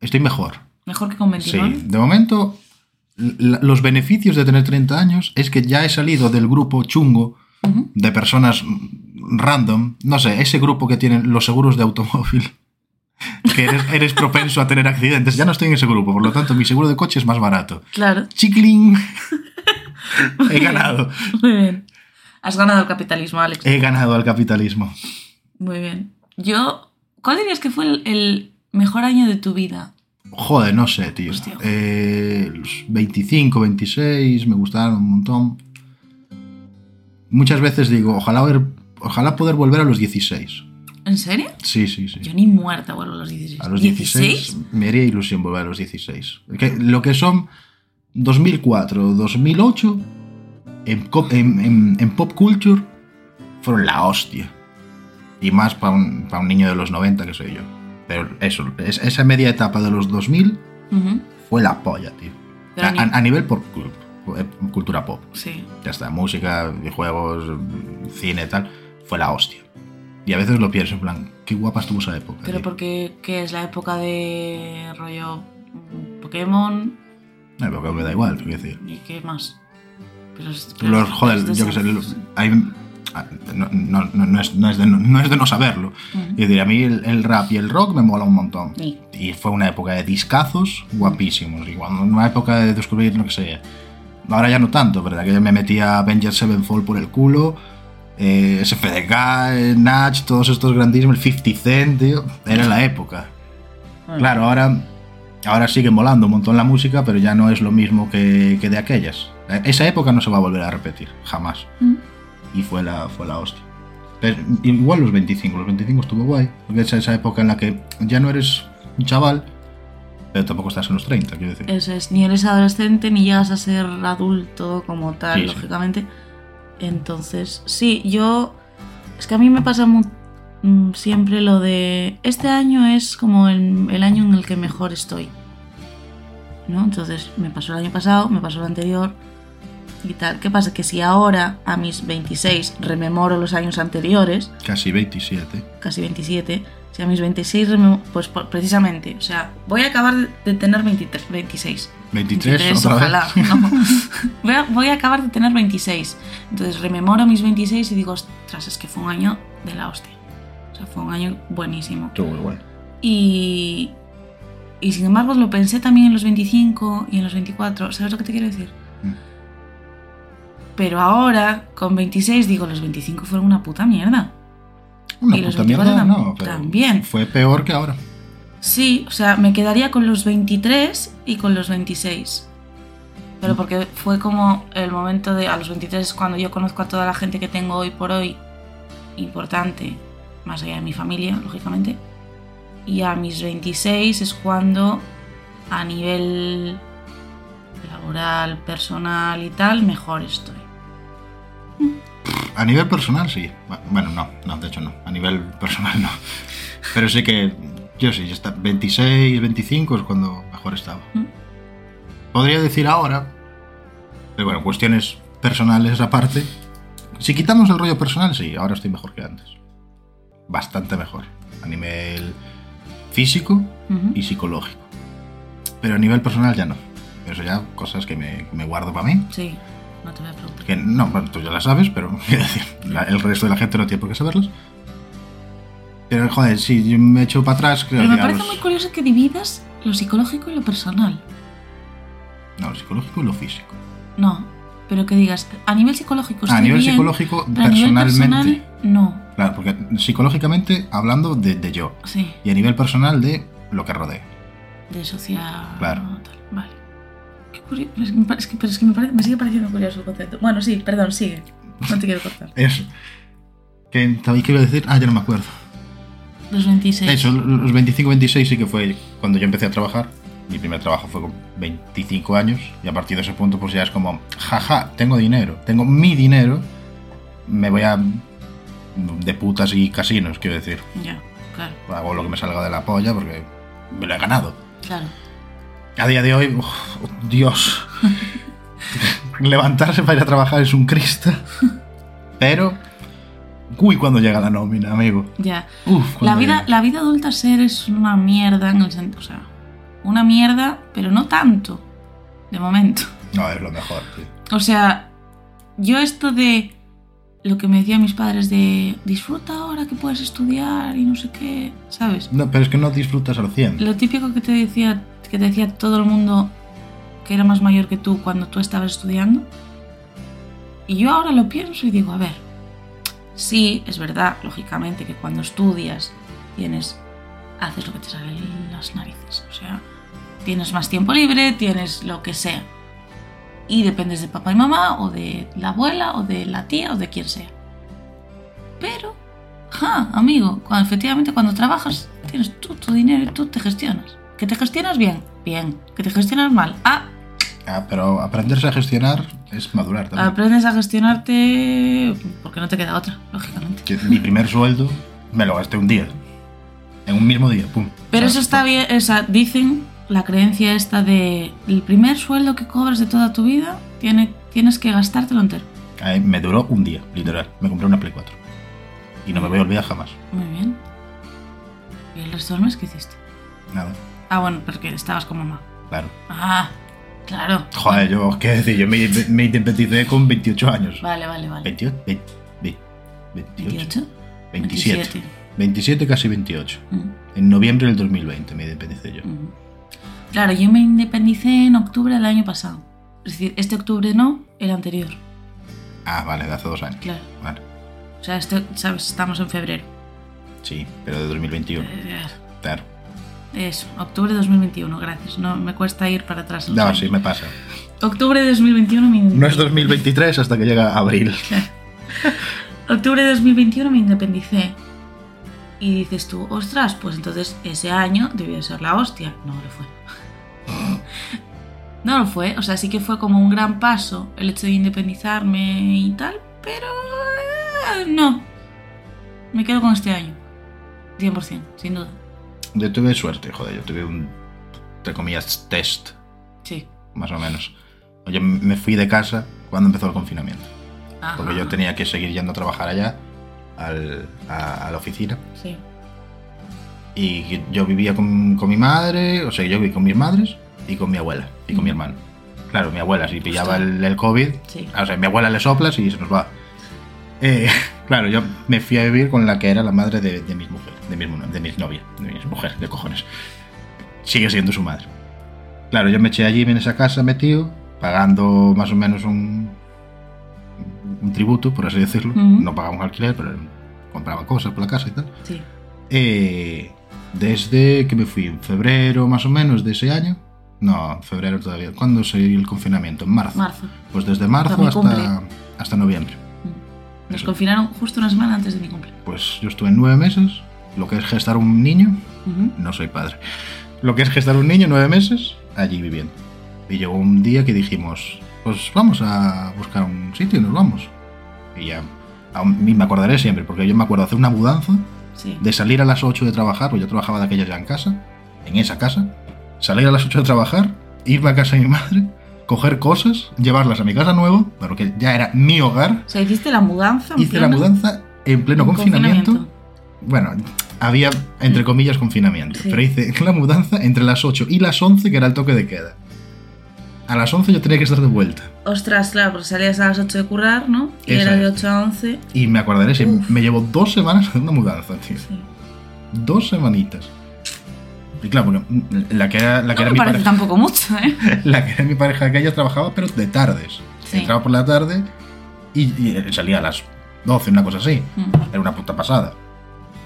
Speaker 2: Estoy mejor.
Speaker 3: Mejor que con
Speaker 2: Sí,
Speaker 3: 29.
Speaker 2: de momento, la- los beneficios de tener 30 años es que ya he salido del grupo chungo
Speaker 3: Ujú.
Speaker 2: de personas random, no sé, ese grupo que tienen los seguros de automóvil, que eres, eres propenso a tener accidentes. Ya no estoy en ese grupo, por lo tanto, mi seguro de coche es más barato.
Speaker 3: Claro,
Speaker 2: Chiclin, he ganado,
Speaker 3: muy bien. Has ganado el capitalismo, Alex.
Speaker 2: he ganado al capitalismo.
Speaker 3: Muy bien. Yo, ¿cuál dirías que fue el, el mejor año de tu vida?
Speaker 2: Joder, no sé, tío.
Speaker 3: Hostia.
Speaker 2: Eh, los 25, 26, me gustaron un montón. Muchas veces digo, ojalá, ver- ojalá poder volver a los 16.
Speaker 3: ¿En serio?
Speaker 2: Sí, sí, sí.
Speaker 3: Yo ni muerta vuelvo a los 16.
Speaker 2: A los 16 me haría ilusión volver a los 16. Que- lo que son 2004, 2008, en, co- en- en- en pop culture, fueron la hostia. Y más para un, pa' un niño de los 90 que soy yo. Pero eso, es- esa media etapa de los 2000
Speaker 3: Ujú.
Speaker 2: fue la polla, tío.
Speaker 3: Pero
Speaker 2: A,
Speaker 3: ni-
Speaker 2: a- a nivel pop, cul- eh, cultura pop.
Speaker 3: Sí.
Speaker 2: Ya está, música, videojuegos, cine, tal. Fue la hostia. Y a veces lo pienso en plan, qué guapa estuvo esa época.
Speaker 3: Pero
Speaker 2: tío.
Speaker 3: porque ¿qué es la época de rollo mm, Pokémon
Speaker 2: No, pero que me da igual, quiero decir.
Speaker 3: y qué más. Pero, es- pero
Speaker 2: Los,
Speaker 3: es-
Speaker 2: joder,
Speaker 3: es de
Speaker 2: yo qué sé,
Speaker 3: esa-
Speaker 2: los- hay- ah, no, no- no- no es, no es de, no, no es de no saberlo.
Speaker 3: Ujú.
Speaker 2: Es decir, a mí el, el rap y el rock me mola un montón.
Speaker 3: Sí.
Speaker 2: Y fue una época de discazos guapísimos. Y cuando- una época de descubrir lo que sea. Ahora ya no tanto, ¿verdad? Que yo me metía Avengers Sevenfold por el culo. Eh, SFDK, eh, Natch, todos estos grandísimos, el 50 Cent, tío. Era la época. Claro, ahora, ahora sigue molando un montón la música, pero ya no es lo mismo que, que de aquellas. Eh, Esa época no se va a volver a repetir, jamás.
Speaker 3: Mm.
Speaker 2: Y fue la, fue la hostia. Pero igual los 25, los 25 estuvo guay. Porque es esa época en la que ya no eres un chaval, pero tampoco estás en los 30, quiero decir.
Speaker 3: Eso es, ni eres adolescente ni llegas a ser adulto como tal,
Speaker 2: Sí, sí.
Speaker 3: lógicamente. Entonces, sí, yo Es que a mí me pasa mu- mm, siempre lo de. Este año es como el, el año en el que mejor estoy. ¿No? Entonces me pasó el año pasado, me pasó el anterior y tal. ¿Qué pasa? Que si ahora, a mis 26, rememoro los años anteriores,
Speaker 2: Casi 27.
Speaker 3: casi 27, si a mis 26, remem- pues por- precisamente, o sea, voy a acabar de tener 23, 26.
Speaker 2: 23,
Speaker 3: Entonces,
Speaker 2: otra
Speaker 3: ojalá.
Speaker 2: vez.
Speaker 3: no. Voy a, voy a acabar de tener 26. Entonces rememoro mis 26 y digo, ostras, es que fue un año de la hostia. O sea, fue un año buenísimo.
Speaker 2: Estuvo muy bueno.
Speaker 3: Y, y sin embargo, lo pensé también en los 25 y en los 24. ¿Sabes lo que te quiero decir?
Speaker 2: Mm.
Speaker 3: Pero ahora, con 26, digo, los 25 fueron una puta mierda.
Speaker 2: Una
Speaker 3: Y los
Speaker 2: puta
Speaker 3: 24
Speaker 2: mierda,
Speaker 3: tam-
Speaker 2: no, pero
Speaker 3: también.
Speaker 2: fue peor que ahora.
Speaker 3: Sí, o sea, me quedaría con los 23 y con los 26. Pero porque fue como el momento de a los 23 es cuando yo conozco a toda la gente que tengo hoy por hoy, importante, más allá de mi familia, lógicamente. Y a mis 26 es cuando a nivel laboral, personal y tal, mejor estoy.
Speaker 2: A nivel personal, sí. Bueno, no, no, de hecho no. A nivel personal, no. Pero sí que, yo sí, ya está 26, 25 es cuando mejor estaba.
Speaker 3: Mm.
Speaker 2: Podría decir ahora, pero bueno, cuestiones personales aparte. Si quitamos el rollo personal, sí, ahora estoy mejor que antes. Bastante mejor. A nivel físico
Speaker 3: Ujú.
Speaker 2: y psicológico. Pero a nivel personal ya no. Eso ya cosas que me, que me guardo para mí.
Speaker 3: Sí, no te voy a preguntar.
Speaker 2: Que no, bueno, tú ya las sabes, pero quiero decir, la- el resto de la gente no tiene por qué saberlas. Pero joder, si me echo para atrás, creo
Speaker 3: Pero me
Speaker 2: que a
Speaker 3: parece
Speaker 2: los-
Speaker 3: muy curioso que dividas lo psicológico y lo personal.
Speaker 2: No, lo psicológico y lo físico.
Speaker 3: No, pero que digas, a nivel
Speaker 2: a
Speaker 3: psicológico Pues estoy
Speaker 2: nivel
Speaker 3: bien,
Speaker 2: psicológico,
Speaker 3: pero a nivel
Speaker 2: personalmente.
Speaker 3: personal, no,
Speaker 2: Claro, porque psicológicamente hablando de, de yo.
Speaker 3: sí,
Speaker 2: Y a nivel personal de lo que rodea.
Speaker 3: de social.
Speaker 2: Claro.
Speaker 3: tal, vale. Qué curioso, es que, me pare- es que- pero es que me, pare- me sigue pareciendo curioso el concepto. Bueno, sí, perdón, sigue. No te quiero cortar.
Speaker 2: Eso. Que también quiero decir, ah, ya no me acuerdo.
Speaker 3: Los 26.
Speaker 2: Eso, los 25-26 sí que fue cuando yo empecé a trabajar. Mi primer trabajo fue con 25 años y a partir de ese punto pues ya es como, jaja, tengo dinero, tengo mi dinero, me voy a... de putas y casinos, quiero decir.
Speaker 3: Ya, claro,
Speaker 2: Hago lo que me salga de la polla porque me lo he ganado.
Speaker 3: claro.
Speaker 2: A día de hoy, uf, Dios, levantarse para ir a trabajar es un Cristo. Pero, uy, cuando llega la nómina, amigo.
Speaker 3: Ya.
Speaker 2: Uf,
Speaker 3: La
Speaker 2: cuando
Speaker 3: vida,
Speaker 2: llega.
Speaker 3: la vida adulta ser es una mierda en el sentido. O sea, una mierda, pero no tanto. De momento.
Speaker 2: No, es lo mejor, tío.
Speaker 3: O sea, yo esto de lo que me decían mis padres de disfruta ahora que puedes estudiar y no sé qué, ¿sabes?
Speaker 2: No, pero es que no disfrutas al 100.
Speaker 3: Lo típico que te decía que te decía todo el mundo que era más mayor que tú cuando tú estabas estudiando. Y yo ahora lo pienso y digo, a ver, sí, es verdad, lógicamente que cuando estudias tienes haces lo que te sale en las narices, o sea, tienes más tiempo libre, tienes lo que sea. Y dependes de papá y mamá, o de la abuela, o de la tía, o de quien sea. Pero, ja, amigo, cuando, efectivamente cuando trabajas tienes tú tu dinero y tú te gestionas. ¿Que te gestionas bien? Bien. ¿Que te gestionas mal? Ah,
Speaker 2: Ah, pero aprenderse a gestionar es madurar también.
Speaker 3: aprendes a gestionarte porque no te queda otra, lógicamente.
Speaker 2: Que Mi primer sueldo me lo gasté un día. En un mismo día, pum.
Speaker 3: Pero
Speaker 2: O sea,
Speaker 3: eso está bien, o sea, dicen la creencia esta de el primer sueldo que cobras de toda tu vida tiene, tienes que gastártelo entero.
Speaker 2: eh, Me duró un día, literal. Me compré una Play 4. Y no me voy a olvidar jamás.
Speaker 3: Muy bien. ¿Y el resto del mes qué hiciste?
Speaker 2: Nada,
Speaker 3: Ah, bueno, porque estabas con mamá.
Speaker 2: claro.
Speaker 3: Ah, claro.
Speaker 2: Joder, yo, ¿qué decir? Yo me, me independicé con 28 años.
Speaker 3: Vale, vale, vale.
Speaker 2: 28, 20, 28,
Speaker 3: ¿28?
Speaker 2: 27. 27, casi 28.
Speaker 3: Mm,
Speaker 2: En noviembre del 2020 me independicé yo.
Speaker 3: mm. Claro, yo me independicé en octubre del año pasado. Es decir, este octubre no, el anterior.
Speaker 2: Ah, vale, de hace dos años.
Speaker 3: Claro.
Speaker 2: Vale,
Speaker 3: O sea, este, sabes, estamos en febrero.
Speaker 2: sí, pero de 2021.
Speaker 3: Eh,
Speaker 2: Claro.
Speaker 3: Eso, octubre de 2021, gracias. No me cuesta ir para atrás. en los
Speaker 2: No,
Speaker 3: años.
Speaker 2: sí, me pasa.
Speaker 3: Octubre de 2021 me
Speaker 2: No es 2023 hasta que llega abril.
Speaker 3: Octubre de 2021 me independicé. Y dices tú, ostras, pues entonces ese año debió de ser la hostia. No lo fue. No lo fue, o sea, sí que fue como un gran paso el hecho de independizarme y tal, pero eh, no. Me quedo con este año. 100%, sin duda.
Speaker 2: Yo tuve suerte, joder, yo tuve un, entre comillas, test,
Speaker 3: Sí.
Speaker 2: más o menos. Yo me fui de casa cuando empezó el confinamiento,
Speaker 3: Ajá.
Speaker 2: porque yo tenía que seguir yendo a trabajar allá, al- a- a la oficina.
Speaker 3: Sí.
Speaker 2: Y yo vivía con, con mi madre, o sea, yo viví con mis madres y con mi abuela y con mi hermano. Claro, mi abuela, si pillaba
Speaker 3: Hostia.
Speaker 2: el, el COVID,
Speaker 3: Sí.
Speaker 2: o sea, mi abuela le soplas y se nos va. Eh, claro, yo me fui a vivir con la que era la madre de, de mis mujeres, de mis, de mis novia, de mis mujeres, de cojones. Sigue siendo su madre. Claro, yo me eché allí en esa casa metido, pagando más o menos un, un tributo, por así decirlo.
Speaker 3: Ujú.
Speaker 2: No pagamos alquiler, pero compraba cosas por la casa y tal.
Speaker 3: Sí.
Speaker 2: Eh, desde que me fui en febrero más o menos de ese año. No, en febrero todavía. ¿Cuándo se dio el confinamiento? En marzo.
Speaker 3: Marzo.
Speaker 2: Pues desde marzo
Speaker 3: mi
Speaker 2: hasta,
Speaker 3: cumple.
Speaker 2: hasta noviembre.
Speaker 3: Mm. Nos
Speaker 2: Eso.
Speaker 3: confinaron justo una semana antes de mi cumple.
Speaker 2: Pues yo estuve nueve meses. Lo que es gestar un niño.
Speaker 3: Ujú.
Speaker 2: No soy padre. Lo que es gestar un niño, nueve meses, allí viviendo. Y llegó un día que dijimos, pues vamos a buscar un sitio y nos vamos. Y ya, a mí me acordaré siempre, porque yo me acuerdo hacer una mudanza
Speaker 3: Sí.
Speaker 2: de salir a las 8 de trabajar, pues yo trabajaba de aquella ya en casa, en esa casa, salir a las 8 de trabajar, irme a casa de mi madre, coger cosas, llevarlas a mi casa nuevo, pero que ya era mi hogar,
Speaker 3: O sea, hiciste la mudanza. en
Speaker 2: hice la
Speaker 3: pleno
Speaker 2: mudanza en pleno confinamiento. Bueno, había, entre comillas, confinamiento,
Speaker 3: Mm. Sí.
Speaker 2: pero hice la mudanza entre las 8 y las 11, que era el toque de queda. A las 11 yo tenía que estar de vuelta.
Speaker 3: Ostras, claro, porque salías a las 8 de currar, ¿no? Y
Speaker 2: Eso
Speaker 3: era de
Speaker 2: es.
Speaker 3: 8 a 11.
Speaker 2: Y me acordaré, si
Speaker 3: Uf.
Speaker 2: me llevó dos semanas hacer una mudanza, tío.
Speaker 3: Sí.
Speaker 2: Dos semanitas. Y claro, porque la que era, la que
Speaker 3: No
Speaker 2: era
Speaker 3: me
Speaker 2: mi
Speaker 3: parece
Speaker 2: pareja.
Speaker 3: tampoco mucho, ¿eh?
Speaker 2: la que era mi pareja aquella trabajaba, pero de tardes.
Speaker 3: Sí.
Speaker 2: Entraba por la tarde y, y salía a las 12, una cosa así.
Speaker 3: Mm.
Speaker 2: Era una puta pasada.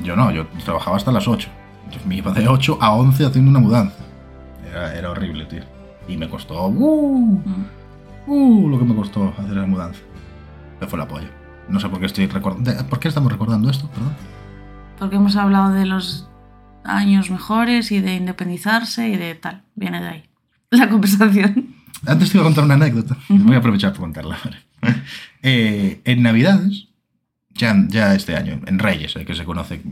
Speaker 2: Yo no, yo trabajaba hasta las 8. Yo me iba de 8 a 11 haciendo una mudanza. Era, era horrible, tío. Y me costó, uh,
Speaker 3: Mm.
Speaker 2: uh, lo que me costó hacer la mudanza. Me fue la polla. No sé por qué estoy recordando. ¿Por qué estamos recordando esto? Perdón.
Speaker 3: Porque hemos hablado de los años mejores y de independizarse y de tal. Viene de ahí. La conversación.
Speaker 2: Antes te iba a contar una anécdota.
Speaker 3: Ujú.
Speaker 2: Voy a aprovechar para contarla. ahora. Eh, en Navidades, ya, ya este año, en Reyes, eh, que se conoce.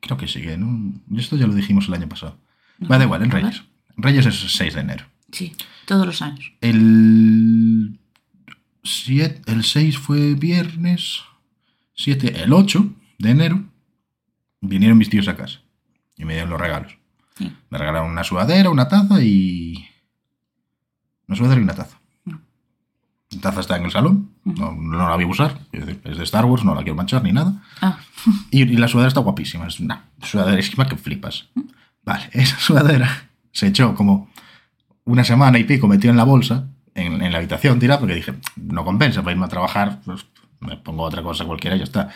Speaker 2: Creo que sigue, ¿no? Esto ya lo dijimos el año pasado. Va, da igual, en Reyes. Reyes es el 6 de enero.
Speaker 3: Sí, todos los años.
Speaker 2: El, siete- el 6 fue viernes. 7, el 8 de enero, vinieron mis tíos a casa y me dieron los regalos.
Speaker 3: Sí.
Speaker 2: Me regalaron una sudadera, una taza y. Una sudadera y una taza.
Speaker 3: Ujú.
Speaker 2: La taza está en el salón, no, no la voy a usar, es decir, es de Star Wars, no la quiero manchar ni nada.
Speaker 3: Ah,
Speaker 2: Y, y la sudadera está guapísima, es una sudaderísima que flipas. Vale, esa sudadera se echó como una semana y pico metido en la bolsa, en, en la habitación tirada, porque dije, no compensa para irme a trabajar, pues me pongo otra cosa cualquiera y ya está.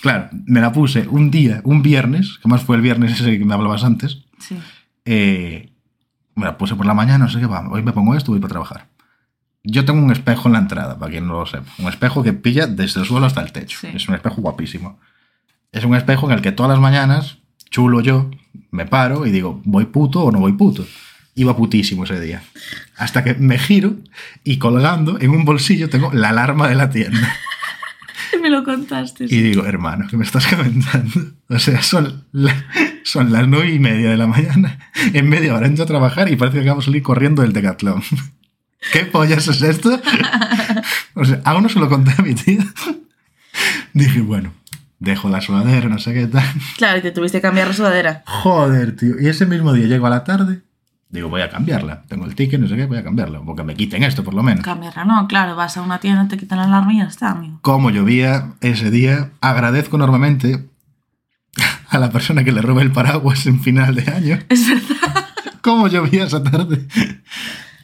Speaker 2: Claro, me la puse un día, un viernes, que más fue el viernes ese que me hablabas antes,
Speaker 3: sí.
Speaker 2: eh, me la puse por la mañana, no sé qué va. Hoy me pongo esto, voy para trabajar. Yo tengo un espejo en la entrada, para quien no lo sepa. Un espejo que pilla desde el suelo hasta el techo.
Speaker 3: Sí.
Speaker 2: Es un espejo guapísimo. Es un espejo en el que todas las mañanas, chulo yo, me paro y digo, ¿voy puto o no voy puto? Iba putísimo ese día. Hasta que me giro y colgando en un bolsillo tengo la alarma de la tienda.
Speaker 3: Me lo contaste.
Speaker 2: Y digo, hermano, ¿qué me estás comentando? O sea, son, la- son las nueve y media de la mañana. En media hora entro a trabajar y parece que acabamos de salir corriendo del Decathlon. ¿Qué pollas es esto? O sea, aún no se lo conté a mi tía. Dije, bueno, dejo la sudadera, no sé qué tal.
Speaker 3: Claro, y te tuviste que cambiar la sudadera.
Speaker 2: Joder, tío. Y ese mismo día llego a la tarde. Digo, voy a cambiarla. Tengo el ticket, no sé qué, voy a cambiarla. Porque me quiten esto, por lo menos.
Speaker 3: Cambiarla, no, claro, vas a una tienda, te quitan la alarma y ya está, amigo.
Speaker 2: cómo llovía ese día. Agradezco enormemente a la persona que le robé el paraguas en final de año.
Speaker 3: Es verdad.
Speaker 2: Cómo llovía esa tarde.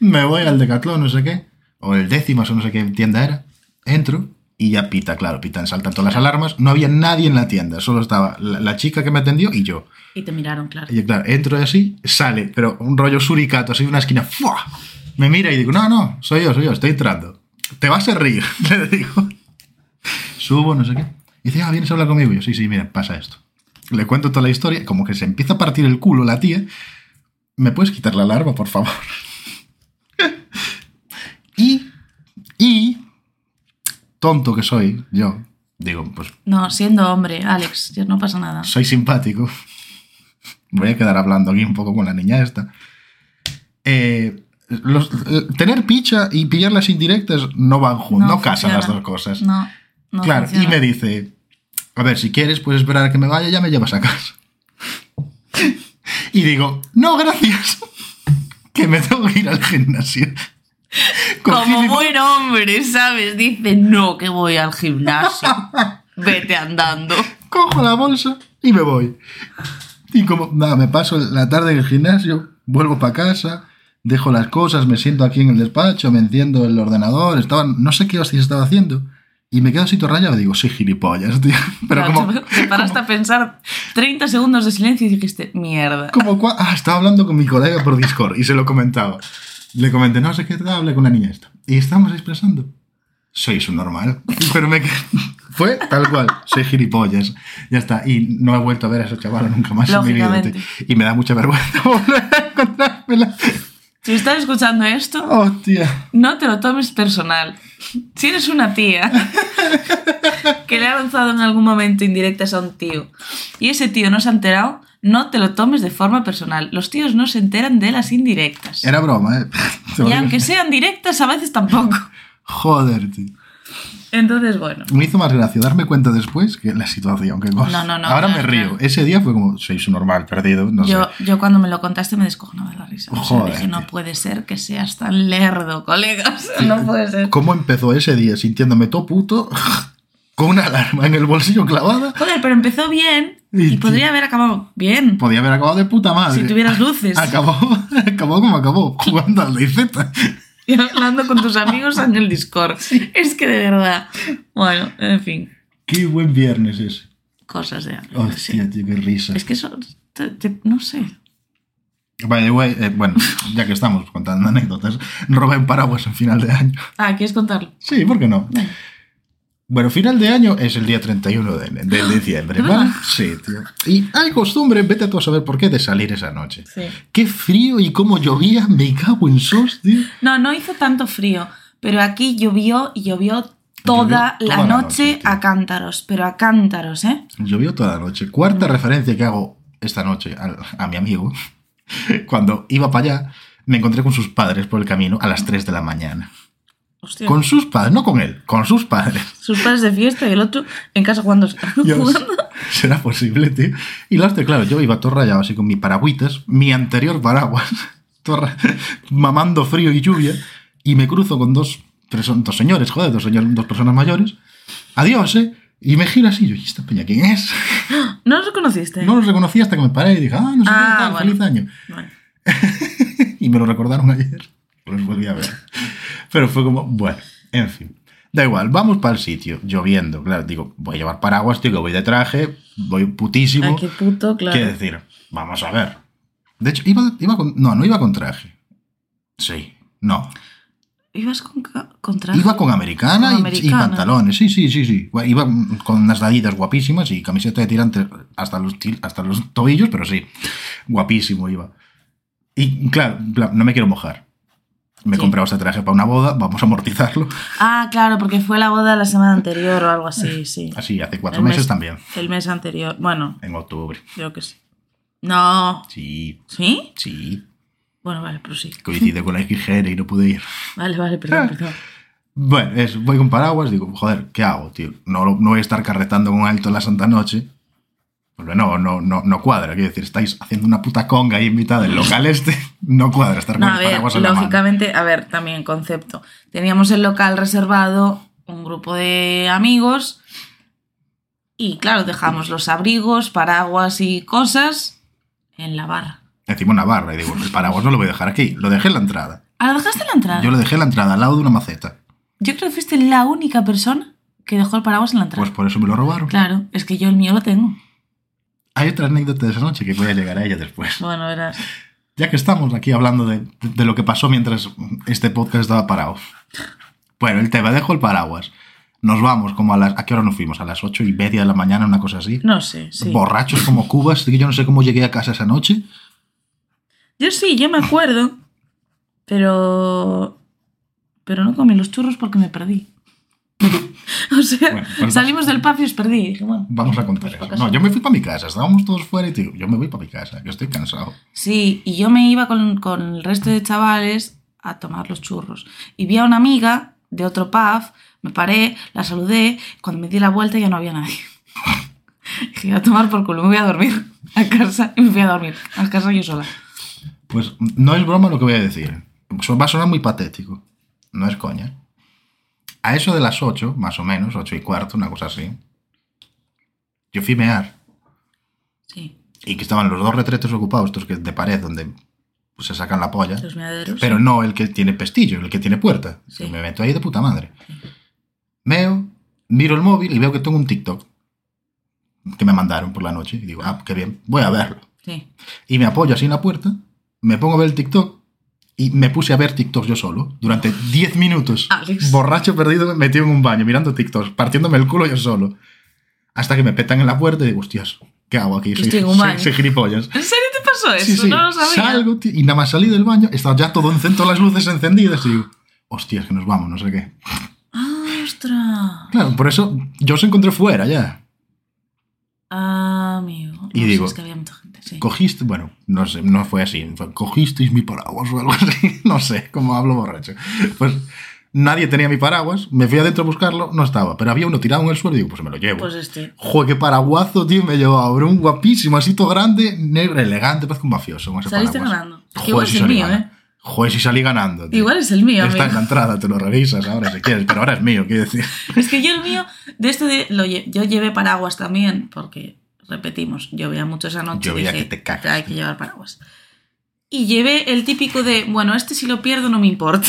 Speaker 2: Me voy al Decathlon, no sé qué, o el décimas o no sé qué tienda era. Entro y ya pita, claro, pitan, saltan todas las alarmas. No había nadie en la tienda, solo estaba la, la chica que me atendió y yo.
Speaker 3: Y te miraron, claro.
Speaker 2: Y claro, entro así, sale, pero un rollo suricato, así de una esquina. ¡fua! Me mira y digo, no, no, soy yo, soy yo, estoy entrando. Te vas a reír, le digo. Subo, no sé qué. Y dice, ah, vienes a hablar conmigo. Y yo, sí, sí, mira, pasa esto. Le cuento toda la historia, como que se empieza a partir el culo la tía. ¿Me puedes quitar la alarma, por favor? y, y, tonto que soy yo, Digo, pues
Speaker 3: No, siendo hombre, Alex, ya no pasa nada.
Speaker 2: soy simpático. Voy a quedar hablando aquí un poco con la niña esta. Eh, los- eh, tener picha y pillar las indirectas no van juntos, no, casan
Speaker 3: funciona.
Speaker 2: las dos cosas.
Speaker 3: No, no.
Speaker 2: claro,
Speaker 3: funciona.
Speaker 2: y me dice, a ver, si quieres, puedes esperar a que me vaya, ya me llevas a casa. y digo, no, gracias, que me tengo que ir al gimnasio. Cogí
Speaker 3: Como
Speaker 2: mi-
Speaker 3: buen hombre, ¿sabes? Dice, no, que voy al gimnasio. Vete andando.
Speaker 2: cojo la bolsa y me voy. Y como nada, me paso la tarde en el gimnasio, vuelvo para casa, dejo las cosas, me siento aquí en el despacho, me enciendo el ordenador, estaba, no sé qué hostias estaba haciendo. Y me quedo así todo rayado, digo, soy gilipollas, tío. Pero
Speaker 3: Claro,
Speaker 2: como,
Speaker 3: Te paraste a pensar 30 segundos de silencio y dijiste, mierda.
Speaker 2: como cua- ah, estaba hablando con mi colega por Discord y se lo comentaba. Le comenté, no sé qué tal, hablé con la niña esta. Y estamos expresando. Soy un normal. Pero me que- fue tal cual. Soy gilipollas. Ya está. Y no he vuelto a ver a esa chavala nunca más en mi vida.
Speaker 3: Lógicamente.
Speaker 2: tío. Y me da mucha vergüenza volver a encontrármela.
Speaker 3: Si estás escuchando esto,
Speaker 2: Hostia.
Speaker 3: no te lo tomes personal. Si eres una tía que le ha lanzado en algún momento indirectas a un tío y ese tío no se ha enterado, no te lo tomes de forma personal. Los tíos no se enteran de las indirectas.
Speaker 2: Era broma, ¿eh? Te lo
Speaker 3: Y
Speaker 2: digo.
Speaker 3: aunque sean directas, a veces tampoco.
Speaker 2: Joder, tío.
Speaker 3: Entonces, bueno.
Speaker 2: Me hizo más gracia darme cuenta después que la situación. Que cosa.
Speaker 3: No, no, no,
Speaker 2: Ahora
Speaker 3: claro,
Speaker 2: me río.
Speaker 3: claro.
Speaker 2: Ese día fue como, soy su normal, perdido. No sé.
Speaker 3: yo, yo cuando me lo contaste me descojonaba de la risa. O sea,
Speaker 2: Joder,
Speaker 3: dije, no
Speaker 2: tío.
Speaker 3: puede ser que seas tan lerdo, colegas. No puede ser.
Speaker 2: ¿Cómo empezó ese día sintiéndome todo puto? Con una alarma en el bolsillo clavada.
Speaker 3: Joder, pero empezó bien
Speaker 2: Y Pues,
Speaker 3: y
Speaker 2: tío.
Speaker 3: podría haber acabado bien.
Speaker 2: Podía haber acabado de puta madre.
Speaker 3: Si tuvieras luces.
Speaker 2: Acabó, acabó como acabó, jugando al DayZ.
Speaker 3: Y hablando con tus amigos en el Discord. Es que de verdad. Bueno, en fin.
Speaker 2: Qué buen viernes ese.
Speaker 3: Cosas de amigos, sí.
Speaker 2: Hostia, tío, qué risa.
Speaker 3: Es que eso. te- te- no sé.
Speaker 2: By the way, eh, bueno, ya que estamos contando anécdotas, robé en paraguas en final de año.
Speaker 3: Ah, ¿quieres contarlo?
Speaker 2: Sí, ¿por qué no?
Speaker 3: Venga.
Speaker 2: Bueno, final de año es el día 31 de, de diciembre,
Speaker 3: ¿De
Speaker 2: ¿vale?
Speaker 3: verdad?
Speaker 2: Sí, tío. Y hay costumbre, vete tú a saber por qué, de salir esa noche.
Speaker 3: Sí.
Speaker 2: Qué frío y cómo llovía, me cago en sos, tío.
Speaker 3: No, no hizo tanto frío, pero aquí llovió y llovió
Speaker 2: Llovió
Speaker 3: toda, la,
Speaker 2: toda la
Speaker 3: noche
Speaker 2: noche, tío.
Speaker 3: a cántaros, pero a cántaros, ¿eh?
Speaker 2: Llovió toda la noche. Cuarta referencia que hago esta noche al- a mi amigo. Cuando iba para allá, me encontré con sus padres por el camino a las 3 de la mañana.
Speaker 3: Hostia.
Speaker 2: Con sus padres, no con él, con sus padres.
Speaker 3: Sus padres de fiesta y el otro en casa jugando.
Speaker 2: Yo,
Speaker 3: jugando.
Speaker 2: ¿Será posible, tío? Y la hostia, claro, yo iba todo rayado así con mi paragüitas, mi anterior paraguas, todo ra- mamando frío y lluvia, y me cruzo con dos, perso- dos señores, joder, dos, señores, dos personas mayores. Adiós, ¿eh? Y me giro así, yo, ¿y esta peña quién es?
Speaker 3: ¿No los reconociste?
Speaker 2: No los reconocí hasta que me paré y dije, ah, no sé
Speaker 3: Ah,
Speaker 2: qué tal,
Speaker 3: bueno.
Speaker 2: feliz año.
Speaker 3: Bueno,
Speaker 2: Y me lo recordaron ayer. Los volví a ver. Pero fue como, bueno, en fin. Da igual, vamos para el sitio, lloviendo. Claro, digo, voy a llevar paraguas, tío, que voy de traje, voy putísimo.
Speaker 3: Ay, qué puto, claro.
Speaker 2: Quiero decir, vamos a ver. De hecho, iba, iba con. No, no iba con traje. Sí, no.
Speaker 3: ¿Ibas con, ca- con traje?
Speaker 2: Iba con americana,
Speaker 3: Ah. Con
Speaker 2: y- Y,
Speaker 3: americana.
Speaker 2: pantalones. Sí, sí, sí, sí. Gua- Iba con unas daditas guapísimas y camiseta de tirante hasta los, til- hasta los tobillos, pero sí. Guapísimo iba. Y claro, en plan, no me quiero mojar. Me he
Speaker 3: Sí.
Speaker 2: comprado este traje para una boda, vamos a amortizarlo.
Speaker 3: Ah, claro, porque fue la boda la semana anterior o algo
Speaker 2: Eh.
Speaker 3: así, sí.
Speaker 2: Así, hace cuatro
Speaker 3: El
Speaker 2: meses
Speaker 3: mes-
Speaker 2: también,
Speaker 3: El mes anterior. Bueno,
Speaker 2: en octubre.
Speaker 3: creo que sí. No.
Speaker 2: Sí,
Speaker 3: ¿Sí?
Speaker 2: sí.
Speaker 3: Bueno, vale, pero sí.
Speaker 2: Coincide con la XGN y no pude ir.
Speaker 3: Vale, vale,
Speaker 2: Eh.
Speaker 3: perdón, perdón.
Speaker 2: Bueno, eso, voy con paraguas, digo, joder, ¿qué hago, tío? No, lo- no voy a estar carretando con alto la santa noche. Porque no, no, no, no cuadra, quiero decir, estáis haciendo una puta conga ahí en mitad del local este. No cuadra estar
Speaker 3: No,
Speaker 2: con
Speaker 3: a
Speaker 2: el
Speaker 3: ver,
Speaker 2: paraguas en la mano.
Speaker 3: lógicamente, a ver, también concepto. Teníamos el local reservado, un grupo de amigos, y claro, dejamos los abrigos, paraguas y cosas en la barra.
Speaker 2: Encima una barra, y digo, el paraguas no lo voy a dejar aquí, lo dejé en la entrada.
Speaker 3: ¿Ah, lo dejaste en la entrada?
Speaker 2: Yo
Speaker 3: Yo,
Speaker 2: lo dejé en la entrada, al lado de una maceta. Pues
Speaker 3: creo que fuiste la única persona que dejó el paraguas en la entrada.
Speaker 2: Pues por eso me lo robaron.
Speaker 3: Claro, es que yo el mío lo tengo.
Speaker 2: Hay otra anécdota de esa noche que voy a llegar a ella después.
Speaker 3: Bueno, verás.
Speaker 2: Ya que estamos aquí hablando de, de lo que pasó mientras este podcast estaba parado. Bueno, el tema, dejo el paraguas. Nos vamos como a las... ¿A qué hora nos fuimos? A las ocho y media de la mañana, una cosa así.
Speaker 3: No sé, sí.
Speaker 2: Borrachos como cubas, que yo no sé cómo llegué a casa esa noche.
Speaker 3: Yo sí, yo me acuerdo, pero... Pero no comí los churros porque me perdí. O sea,
Speaker 2: Bueno, pues-
Speaker 3: salimos del patio y os perdí. Y dije, bueno,
Speaker 2: Vamos a contar
Speaker 3: Pues
Speaker 2: eso.
Speaker 3: para
Speaker 2: No, yo me fui para mi casa. Estábamos todos fuera y te digo, yo me voy para mi casa, que estoy cansado.
Speaker 3: Sí, y yo me iba con, con el resto de chavales a tomar los churros. Y vi a una amiga de otro pub, me paré, la saludé, cuando me di la vuelta ya no había nadie. Dije, a tomar por culo, me voy a dormir a casa y me fui a dormir. A casa yo sola.
Speaker 2: Pues no es broma lo que voy a decir. Eso Va a sonar muy patético. No es coña. A eso de las 8, más o menos, 8 y cuarto, una cosa así, yo fui a mear.
Speaker 3: Sí,
Speaker 2: Y que estaban los dos retretos ocupados, estos que de pared, donde pues, se sacan la polla.
Speaker 3: los meaderos.
Speaker 2: Pero no el que tiene pestillo, el que tiene puerta.
Speaker 3: Sí.
Speaker 2: Y Me meto ahí de puta madre. Veo, miro el móvil y veo que tengo un TikTok que me mandaron por la noche. Y digo, ah, qué bien, voy a verlo.
Speaker 3: Sí.
Speaker 2: Y me apoyo así en la puerta, me pongo a ver el TikTok y me puse a ver TikTok yo solo durante 10 minutos.
Speaker 3: Alex.
Speaker 2: Borracho perdido, metido en un baño, mirando TikTok, partiéndome el culo yo solo. Hasta que me petan en la puerta y digo, hostias, ¿qué hago aquí?
Speaker 3: Estoy en un baño".
Speaker 2: soy gilipollas.
Speaker 3: ¿En serio te pasó eso?
Speaker 2: Sí, sí.
Speaker 3: No lo sabía.
Speaker 2: Salgo, tío, y nada más salí del baño, estaba ya todo en centro, las luces encendidas, y digo, hostias, que nos vamos, no sé qué.
Speaker 3: Ah, ¡Ostras!
Speaker 2: Claro, por eso yo os encontré fuera ya.
Speaker 3: Ah, amigo.
Speaker 2: Y
Speaker 3: No,
Speaker 2: digo-
Speaker 3: sí, es que había mucha gente. Sí.
Speaker 2: Cogiste, bueno, no sé, no fue así, fue, cogisteis mi paraguas o algo así, no sé, como hablo borracho. Pues nadie tenía mi paraguas, me fui adentro a buscarlo, no estaba, pero había uno tirado en el suelo y digo, pues me lo llevo.
Speaker 3: Pues este.
Speaker 2: Joder, qué paraguazo, tío, me llevaba, bro, un guapísimo, así todo grande, negro, elegante, parece un mafioso. con ese
Speaker 3: Saliste
Speaker 2: paraguas.
Speaker 3: ganando. Que igual es el
Speaker 2: salí
Speaker 3: mío, ¿eh?
Speaker 2: ganando. Joder, si salí ganando. tío.
Speaker 3: Igual es el mío,
Speaker 2: Está en
Speaker 3: amigo.
Speaker 2: la entrada, te lo revisas ahora si quieres, pero ahora es mío, quiero decir.
Speaker 3: Es que yo el mío, de esto de. Lo lle- yo llevé paraguas también, porque, repetimos, llovía mucho esa noche.
Speaker 2: Llovía
Speaker 3: dije,
Speaker 2: que te cagas.
Speaker 3: Hay que llevar paraguas. Y llevé el típico de, bueno, este si lo pierdo no me importa.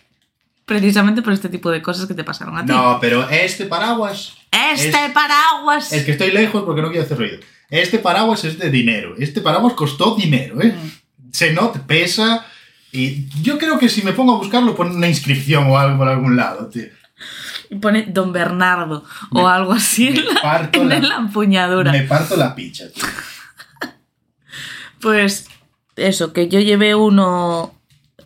Speaker 3: Precisamente por este tipo de cosas que te pasaron a ti.
Speaker 2: pero este paraguas.
Speaker 3: ¡Este paraguas!
Speaker 2: que estoy lejos porque no quiero hacer ruido. Este paraguas es de dinero. Este paraguas costó dinero, ¿eh?
Speaker 3: Mm.
Speaker 2: Se nota, pesa. Y yo creo que si me pongo a buscarlo, pone una inscripción o algo por algún lado, tío.
Speaker 3: Y pone Don Bernardo o
Speaker 2: Me-
Speaker 3: algo así en la,
Speaker 2: parto
Speaker 3: en
Speaker 2: la-
Speaker 3: la empuñadura.
Speaker 2: Me parto la picha, tío.
Speaker 3: Pues eso, que yo llevé uno.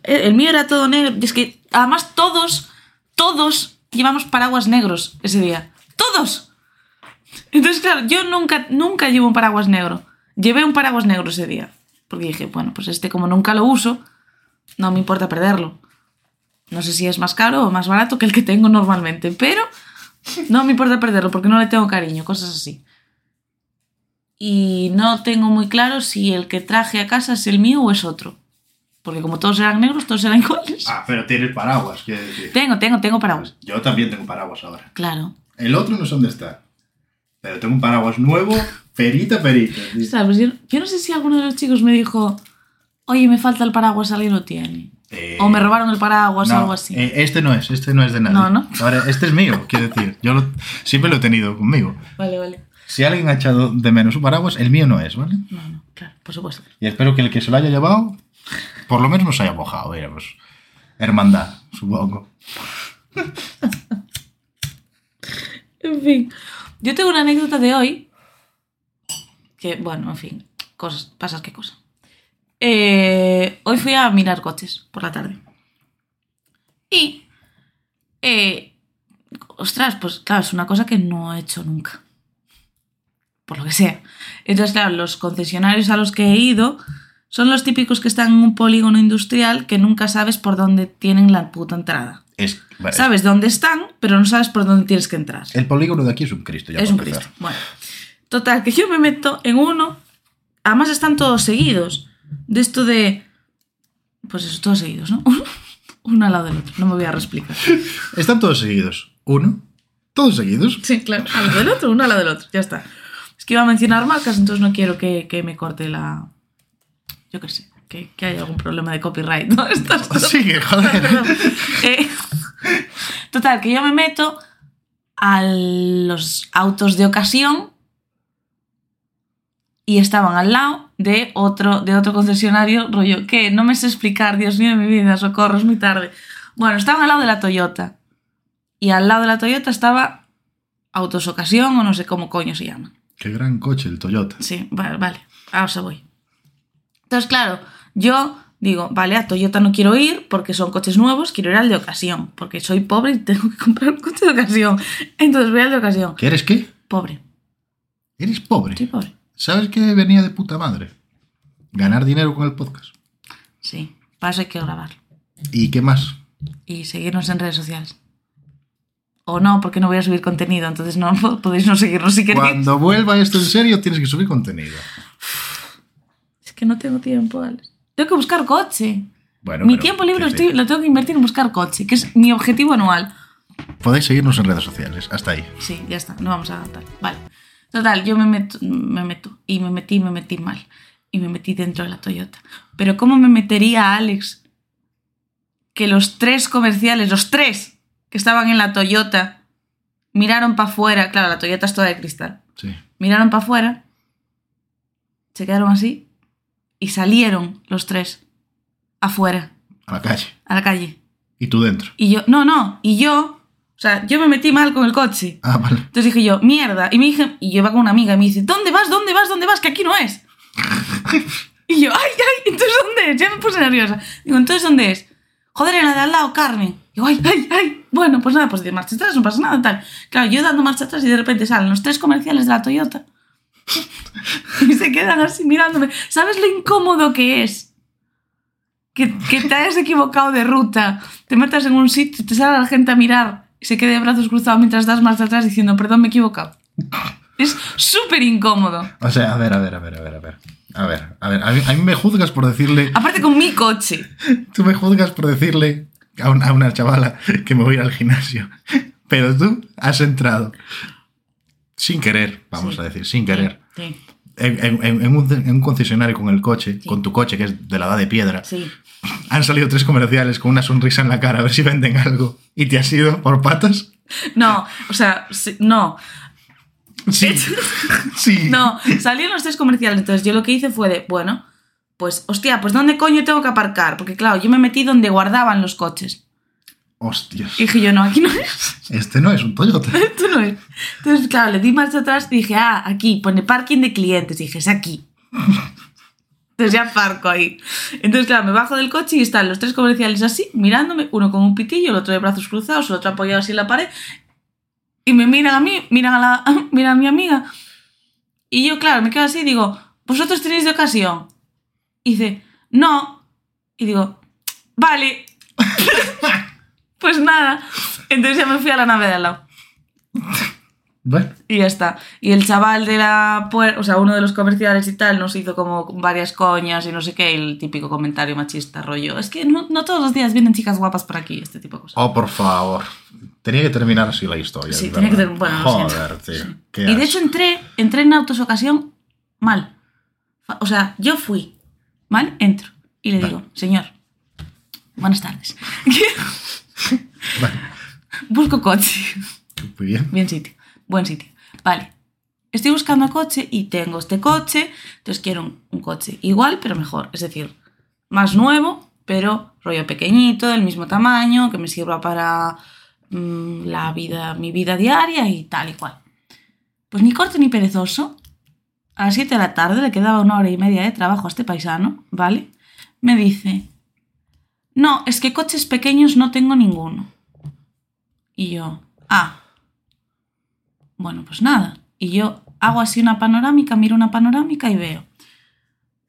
Speaker 3: El el mío era todo negro. Y es que además todos, todos llevamos paraguas negros ese día. ¡Todos! Entonces, claro, yo nunca, nunca llevo un paraguas negro. Llevé un paraguas negro ese día. Porque dije, bueno, pues este como nunca lo uso, no me importa perderlo. No sé si es más caro o más barato que el que tengo normalmente, pero no me importa perderlo porque no le tengo cariño, cosas así. Y no tengo muy claro si el que traje a casa es el mío o es otro. Porque como todos eran negros, todos eran iguales.
Speaker 2: Ah, pero tienes paraguas, quiero decir. Pues
Speaker 3: Tengo, tengo, tengo paraguas.
Speaker 2: Yo también tengo paraguas ahora.
Speaker 3: Claro.
Speaker 2: El otro no sé dónde está. Pero tengo un paraguas nuevo, perita, perita. tío.
Speaker 3: O sea, pues yo, yo no sé si alguno de los chicos me dijo, oye, me falta el paraguas, alguien lo tiene.
Speaker 2: Eh,
Speaker 3: O me robaron el paraguas o
Speaker 2: No,
Speaker 3: algo así.
Speaker 2: eh, este no es, este no es de nadie.
Speaker 3: No, ¿no?
Speaker 2: Ahora, este es mío, quiero decir. Yo lo- siempre lo he tenido conmigo.
Speaker 3: Vale, vale.
Speaker 2: Si alguien ha echado de menos un paraguas, el mío no es, ¿vale?
Speaker 3: No, no, claro, por supuesto.
Speaker 2: Y espero que el que se lo haya llevado, por lo menos no se haya mojado, era, pues, hermandad, supongo.
Speaker 3: En fin. Yo tengo una anécdota de hoy. Que, bueno, en fin. Cosas, pasas qué cosa. Eh, hoy fui a mirar coches por la tarde. Y. eh, ostras, pues claro, es una cosa que no he hecho nunca. Por lo que sea. Entonces, claro, los concesionarios a los que he ido son los típicos que están en un polígono industrial que nunca sabes por dónde tienen la puta entrada.
Speaker 2: Es, vale, es-
Speaker 3: Sabes dónde están, pero no sabes por dónde tienes que entrar.
Speaker 2: el polígono de aquí es un Cristo, ya
Speaker 3: Es
Speaker 2: para
Speaker 3: un
Speaker 2: empezar.
Speaker 3: Cristo. Bueno, total, que yo me meto en uno. Además están todos seguidos. De esto de. Pues eso, todos seguidos, ¿no? Uno al lado del otro. No me voy a reexplicar.
Speaker 2: Están todos seguidos. Uno, todos seguidos.
Speaker 3: Sí, claro. Al lado del otro, uno al lado del otro. Ya está. Es que iba a mencionar marcas, entonces no quiero que, que me corte la. Yo qué sé. Que, que haya algún problema de copyright. ¿no? Estas cosas.
Speaker 2: Sigue, joder.
Speaker 3: Eh, total, que yo me meto a los autos de ocasión y estaban al lado de otro, de otro concesionario, rollo, que no me sé explicar, Dios mío, mi vida, socorro, es muy tarde. Bueno, estaban al lado de la Toyota. Y al lado de la Toyota estaba Autos Ocasión o no sé cómo coño se llama.
Speaker 2: Qué gran coche el Toyota.
Speaker 3: Sí, vale, vale. Ahora se voy. Entonces, claro, yo Digo, vale, a Toyota no quiero ir porque son coches nuevos, quiero ir al de ocasión, porque soy pobre y tengo que comprar un coche de ocasión. Entonces voy al de ocasión.
Speaker 2: ¿Que eres qué?
Speaker 3: Pobre,
Speaker 2: Eres pobre.
Speaker 3: soy pobre.
Speaker 2: ¿Sabes qué venía de puta madre? Ganar dinero con el podcast.
Speaker 3: Sí, para eso hay que grabar.
Speaker 2: ¿Y qué más?
Speaker 3: Y seguirnos en redes sociales. O no, porque no voy a subir contenido, entonces no podéis no seguirnos si queréis.
Speaker 2: Cuando vuelva esto en serio tienes que subir contenido.
Speaker 3: Es que no tengo tiempo, Alex. Tengo que buscar coche.
Speaker 2: Bueno,
Speaker 3: mi
Speaker 2: pero,
Speaker 3: tiempo libre
Speaker 2: quiero
Speaker 3: estoy-
Speaker 2: decir,
Speaker 3: lo tengo que invertir en buscar coche, que es mi objetivo anual.
Speaker 2: Podéis seguirnos en redes sociales. Hasta ahí.
Speaker 3: Sí, ya está, no vamos a tal. Vale. Total, yo me meto, me meto y me metí, me metí mal. Y me metí dentro de la Toyota. Pero ¿cómo me metería a Alex? Que los tres comerciales, los tres que estaban en la Toyota, miraron para afuera. Claro, la Toyota es toda de cristal.
Speaker 2: Sí.
Speaker 3: Miraron para afuera, se quedaron así y salieron los tres afuera,
Speaker 2: A la calle.
Speaker 3: a la calle.
Speaker 2: Y tú dentro.
Speaker 3: Y yo, no, no, y yo, o sea, yo me metí mal con el coche.
Speaker 2: Ah, vale.
Speaker 3: Entonces dije yo, mierda. Y me dije, y yo iba con una amiga y me dice, ¿dónde vas? ¿Dónde vas? ¿Dónde vas? Que aquí no es. y yo, ay, ay, entonces ¿dónde es? Ya me puse nerviosa. Digo, entonces ¿dónde es? Joder, en la de al lado, Carmen. Digo, ay, ay, ay. Bueno, pues nada, pues de marcha atrás, no pasa nada, tal. Claro, yo dando marcha atrás y de repente salen los tres comerciales de la Toyota. y se quedan así mirándome. ¿Sabes lo incómodo que es? que, que te hayas equivocado de ruta, te metas en un sitio, te sale la gente a mirar y se quede de brazos cruzados mientras das marcha atrás diciendo, perdón, me he equivocado. Es súper incómodo.
Speaker 2: O sea, a ver, a ver, a ver, a ver, a ver. A ver, a ver. A mí, a mí me juzgas por decirle.
Speaker 3: Aparte con mi coche.
Speaker 2: Tú me juzgas por decirle a una, a una chavala que me voy a ir al gimnasio. Pero tú has entrado. Sin querer, vamos
Speaker 3: Sí.
Speaker 2: a decir, sin querer.
Speaker 3: Sí,
Speaker 2: En, en- en- en un, en un concesionario con el coche, con tu coche que es de la edad de piedra,
Speaker 3: sí.
Speaker 2: han salido tres comerciales con una sonrisa en la cara a ver si venden algo y te has ido por patas.
Speaker 3: No, o sea, sí, no.
Speaker 2: Sí. sí.
Speaker 3: No, salieron los tres comerciales. Entonces yo lo que hice fue de, bueno, pues, hostia, pues ¿dónde coño tengo que aparcar? Porque claro, yo me metí donde guardaban los coches.
Speaker 2: Hostias.
Speaker 3: Y dije yo, no, aquí no es.
Speaker 2: Este no es un Toyota.
Speaker 3: Esto no es. Entonces, claro, le di marcha atrás y dije, ah, aquí, pone parking de clientes. Y dije, es aquí. Entonces ya parco ahí. Entonces, claro, me bajo del coche y están los tres comerciales así, mirándome, uno con un pitillo, el otro de brazos cruzados, el otro apoyado así en la pared. Y me miran a mí, miran a, la, miran a mi amiga. Y yo, claro, me quedo así y digo, ¿vosotros tenéis de ocasión? Y dice, no. Y digo, vale. pues nada. Entonces ya me fui a la nave de al lado.
Speaker 2: Bueno,
Speaker 3: Y ya está. Y el chaval de la puerta, o sea, uno de los comerciales y tal, nos hizo como varias coñas y no sé qué, y el típico comentario machista, rollo. Es que no, no todos los días vienen chicas guapas por aquí, este tipo de cosas.
Speaker 2: oh, por favor. Tenía que terminar así la historia.
Speaker 3: Sí,
Speaker 2: de
Speaker 3: tenía que
Speaker 2: verdad.
Speaker 3: ter- bueno, lo
Speaker 2: Joder,
Speaker 3: siento.
Speaker 2: tío.
Speaker 3: Sí.
Speaker 2: qué
Speaker 3: y de
Speaker 2: asco.
Speaker 3: hecho entré, entré en autos ocasión mal. Fa- O sea, yo fui mal, entro y le digo, señor, buenas tardes.
Speaker 2: Vale,
Speaker 3: Busco coche.
Speaker 2: muy bien.
Speaker 3: Bien sitio. Buen sitio. Vale. Estoy buscando coche y tengo este coche. Entonces quiero un, un coche igual, pero mejor. Es decir, más nuevo, pero rollo pequeñito, del mismo tamaño, que me sirva para mm, la vida, mi vida diaria y tal y cual. Pues ni corto ni perezoso. A las 7 de la tarde le quedaba una hora y media de trabajo a este paisano, ¿vale? Me dice, no, es que coches pequeños no tengo ninguno. Y yo, ah, bueno, pues nada. Y yo hago así una panorámica, miro una panorámica y veo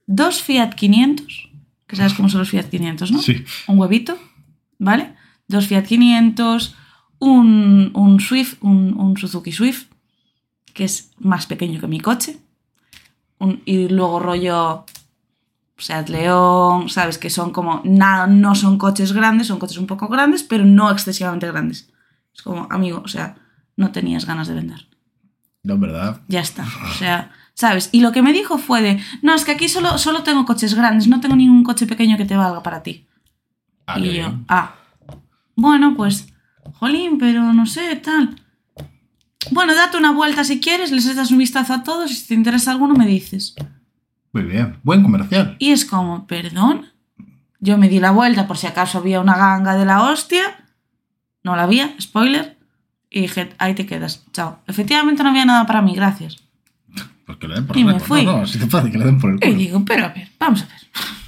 Speaker 3: dos Fiat 500, que sabes cómo son los Fiat 500, ¿no?
Speaker 2: Sí.
Speaker 3: Un huevito, ¿vale? Dos Fiat 500, un, un Swift, un, un Suzuki Swift, que es más pequeño que mi coche. Un- y luego rollo Seat León, sabes que son como, na- no son coches grandes, son coches un poco grandes, pero no excesivamente grandes. Es como, amigo, o sea, no tenías ganas de vender.
Speaker 2: No, en verdad.
Speaker 3: Ya está. O sea, ¿sabes? Y lo que me dijo fue de, no, es que aquí solo, solo tengo coches grandes, no tengo ningún coche pequeño que te valga para ti.
Speaker 2: Ah, qué
Speaker 3: y yo,
Speaker 2: bien.
Speaker 3: ah, bueno, pues, jolín, pero no sé, tal. Bueno, date una vuelta si quieres, les das un vistazo a todos y si te interesa alguno me dices.
Speaker 2: Muy bien. Buen comercial.
Speaker 3: Y es como, perdón. Yo me di la vuelta por si acaso había una ganga de la hostia. No la había, spoiler. Y dije, ahí te quedas, chao. Efectivamente no había nada para mí, gracias.
Speaker 2: Pues que le den por
Speaker 3: Y
Speaker 2: el
Speaker 3: me
Speaker 2: culo.
Speaker 3: fui.
Speaker 2: No, no, si te parece que le den por el
Speaker 3: Y
Speaker 2: culo.
Speaker 3: digo, pero a ver, vamos a ver.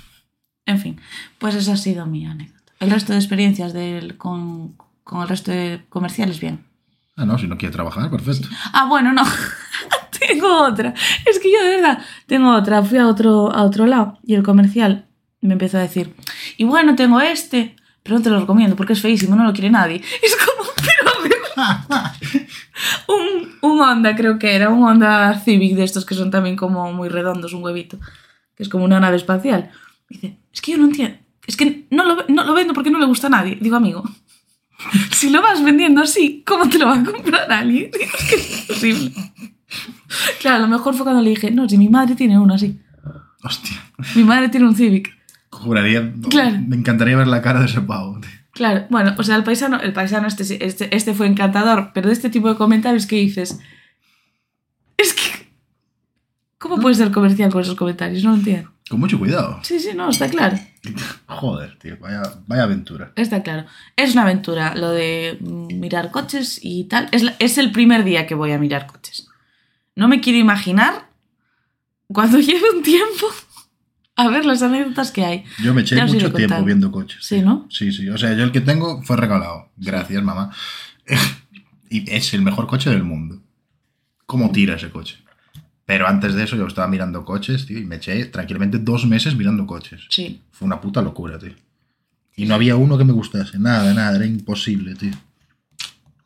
Speaker 3: En fin, pues esa ha sido mi anécdota. El resto de experiencias del, con, con el resto de comerciales, bien.
Speaker 2: Ah, no, si no quiere trabajar, perfecto.
Speaker 3: Ah, bueno, no. tengo otra. Es que yo de verdad tengo otra. Fui a otro, a otro lado y el comercial me empezó a decir, y bueno, tengo este, pero no te lo recomiendo porque es feísimo, no lo quiere nadie. Es como, pero a ver, un, un Honda creo que era, un Honda Civic de estos que son también como muy redondos, un huevito, que es como una nave espacial. Dice, es que yo no entiendo, es que no lo, ve- no lo vendo porque no le gusta a nadie. Digo, amigo, si lo vas vendiendo así, ¿cómo te lo va a comprar alguien? Digo, es que es imposible. Claro, lo mejor fue cuando le dije, no, si mi madre tiene uno así,
Speaker 2: Hostia.
Speaker 3: mi madre tiene un Civic.
Speaker 2: Juraría.
Speaker 3: Claro.
Speaker 2: Me encantaría ver la cara de ese pavo. tío.
Speaker 3: Claro, bueno, o sea, el paisano, el paisano este, sí- este, este fue encantador, pero de este tipo de comentarios que dices, es que, ¿cómo puedes ser comercial con esos comentarios? No lo entiendo.
Speaker 2: Con mucho cuidado.
Speaker 3: Sí, sí, no, está claro,
Speaker 2: Joder, tío. Vaya, vaya aventura.
Speaker 3: está claro. Es una aventura lo de mm, mirar coches y tal. Es, la- es el primer día que voy a mirar coches. No me quiero imaginar cuando lleve un tiempo a ver las anécdotas que hay.
Speaker 2: Yo me eché
Speaker 3: Ya os iré
Speaker 2: mucho tiempo
Speaker 3: contando.
Speaker 2: viendo coches.
Speaker 3: Sí, ¿no?
Speaker 2: Sí, sí. O sea, yo el que tengo fue regalado. Gracias, mamá. y es el mejor coche del mundo. ¿Cómo tira ese coche? Pero antes de eso yo estaba mirando coches, tío, y me eché tranquilamente dos meses mirando coches.
Speaker 3: Sí.
Speaker 2: Fue una puta locura, tío. Y no había uno que me gustase. Nada, nada. Era imposible, tío.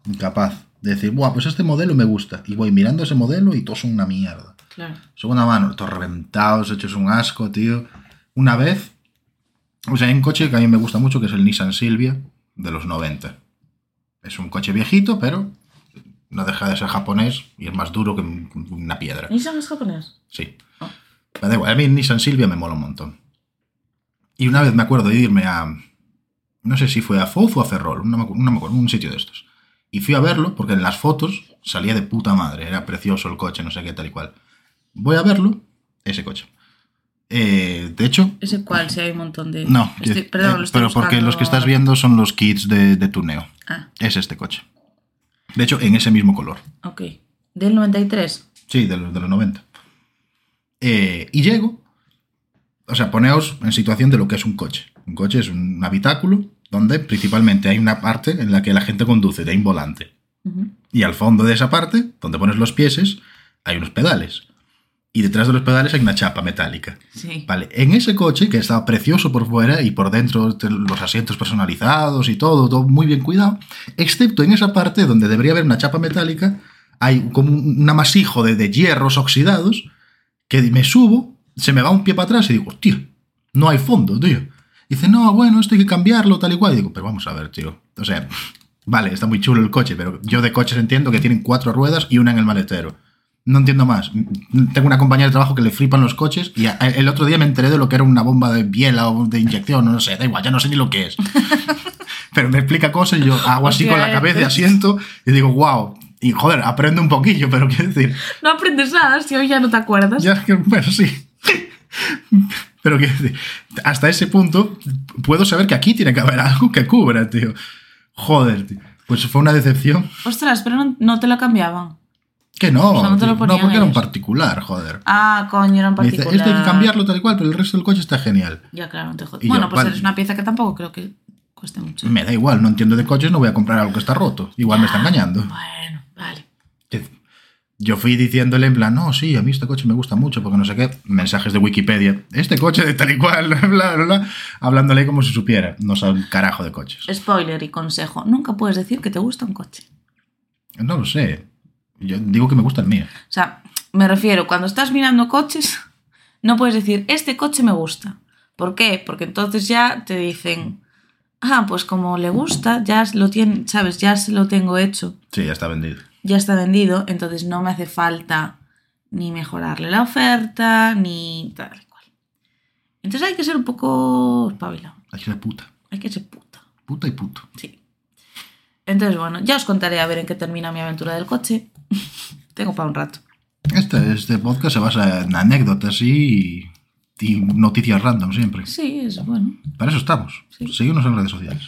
Speaker 2: Incapaz de decir, buah, pues este modelo me gusta. Y voy mirando ese modelo y todo son una mierda.
Speaker 3: Claro.
Speaker 2: Segunda mano, todos reventados, hechos un asco, tío. Una vez, o sea, hay un coche que a mí me gusta mucho, que es el Nissan Silvia de los 90. Es un coche viejito, pero no deja de ser japonés y es más duro que un- una piedra.
Speaker 3: ¿Nissan es japonés?
Speaker 2: Sí. Me da igual, a mí Nissan Silvia me mola un montón. Y una vez me acuerdo de irme a. No sé si fue a Foz o a Ferrol, no me, acu- no me acuerdo, un sitio de estos. Y fui a verlo porque en las fotos salía de puta madre, era precioso el coche, no sé qué, tal y cual. Voy a verlo, ese coche. Eh, de hecho,
Speaker 3: ¿Ese cuál? Si hay un montón de...
Speaker 2: no,
Speaker 3: Estoy-
Speaker 2: eh,
Speaker 3: perdón, lo estoy
Speaker 2: pero porque
Speaker 3: buscando
Speaker 2: los que estás
Speaker 3: ahora.
Speaker 2: viendo son los kits de, de tuneo.
Speaker 3: Ah,
Speaker 2: Es este coche. De hecho, en ese mismo color.
Speaker 3: ok. Del 93.
Speaker 2: Sí, de los, de los 90. Eh, y llego. O sea, poneos en situación de lo que es un coche. Un coche es un habitáculo donde principalmente hay una parte en la que la gente conduce, de un volante.
Speaker 3: Ujú.
Speaker 2: Y al fondo de esa parte, donde pones los pieses, hay unos pedales. Y detrás de los pedales hay una chapa metálica.
Speaker 3: Sí.
Speaker 2: Vale, en ese coche, que estaba precioso por fuera y por dentro te- los asientos personalizados y todo, todo muy bien cuidado, excepto en esa parte donde debería haber una chapa metálica, hay como un un amasijo de, de hierros oxidados que me subo, se me va un pie para atrás y digo, tío, no hay fondo, tío. Dice, no, bueno, esto hay que cambiarlo, tal y cual. Y digo, pero vamos a ver, tío. O sea, vale, está muy chulo el coche, pero yo de coches entiendo que tienen cuatro ruedas y una en el maletero. No entiendo más. Mm, Tengo una compañera de trabajo que le flipan los coches y a- el otro día me enteré de lo que era una bomba de biela o de inyección, no sé, da igual, ya no sé ni lo que es. Pero me explica cosas y yo hago así con la
Speaker 3: Hostia,
Speaker 2: cabeza y
Speaker 3: eh.
Speaker 2: asiento y digo, wow. Y joder, aprendo un poquillo, pero quiero decir,
Speaker 3: No aprendes nada si hoy ya no te acuerdas.
Speaker 2: ya es que, bueno, sí. Pero que hasta ese punto puedo saber que aquí tiene que haber algo que cubra, tío. Joder, tío. Pues fue una decepción.
Speaker 3: Ostras, pero no, no te lo cambiaban.
Speaker 2: Que no.
Speaker 3: O sea, no te Pues lo
Speaker 2: tío.
Speaker 3: ponían
Speaker 2: porque era un
Speaker 3: ellos.
Speaker 2: particular, joder.
Speaker 3: Ah, coño, era en
Speaker 2: Me dice,
Speaker 3: particular.
Speaker 2: este hay que cambiarlo tal y cual, pero el resto del coche está genial.
Speaker 3: Ya, claro, no te jodas.
Speaker 2: Y yo,
Speaker 3: Bueno, pues
Speaker 2: vale.
Speaker 3: eres una pieza que tampoco creo que cueste mucho.
Speaker 2: Me da igual, no entiendo de coches, no voy a comprar algo que está roto. Igual me está engañando.
Speaker 3: Bueno, vale.
Speaker 2: Que Yo fui diciéndole en plan, no, sí, a mí este coche me gusta mucho, porque no sé qué, mensajes de Wikipedia, este coche de tal y cual, bla, bla, bla, hablándole como si supiera, no sabe un carajo de coches.
Speaker 3: Spoiler y consejo. Nunca puedes decir que te gusta un coche.
Speaker 2: No lo sé, yo digo que me gusta el mío.
Speaker 3: O sea, me refiero, cuando estás mirando coches, no puedes decir, este coche me gusta. ¿Por qué? Porque entonces ya te dicen, ah, pues como le gusta, ya lo tiene, ¿sabes? Ya se lo tengo hecho.
Speaker 2: Sí, ya está vendido.
Speaker 3: ya está vendido, entonces no me hace falta ni mejorarle la oferta, ni tal y cual. Entonces hay que ser un poco espabilado,
Speaker 2: Hay que ser puta,
Speaker 3: hay que ser puta,
Speaker 2: puta y puto.
Speaker 3: sí. Entonces, bueno, ya os contaré a ver en qué termina mi aventura del coche. Tengo para un rato.
Speaker 2: Este, este podcast se basa en anécdotas y, y noticias random siempre.
Speaker 3: Sí, es bueno.
Speaker 2: Para eso estamos.
Speaker 3: Sí.
Speaker 2: Seguimos en redes sociales.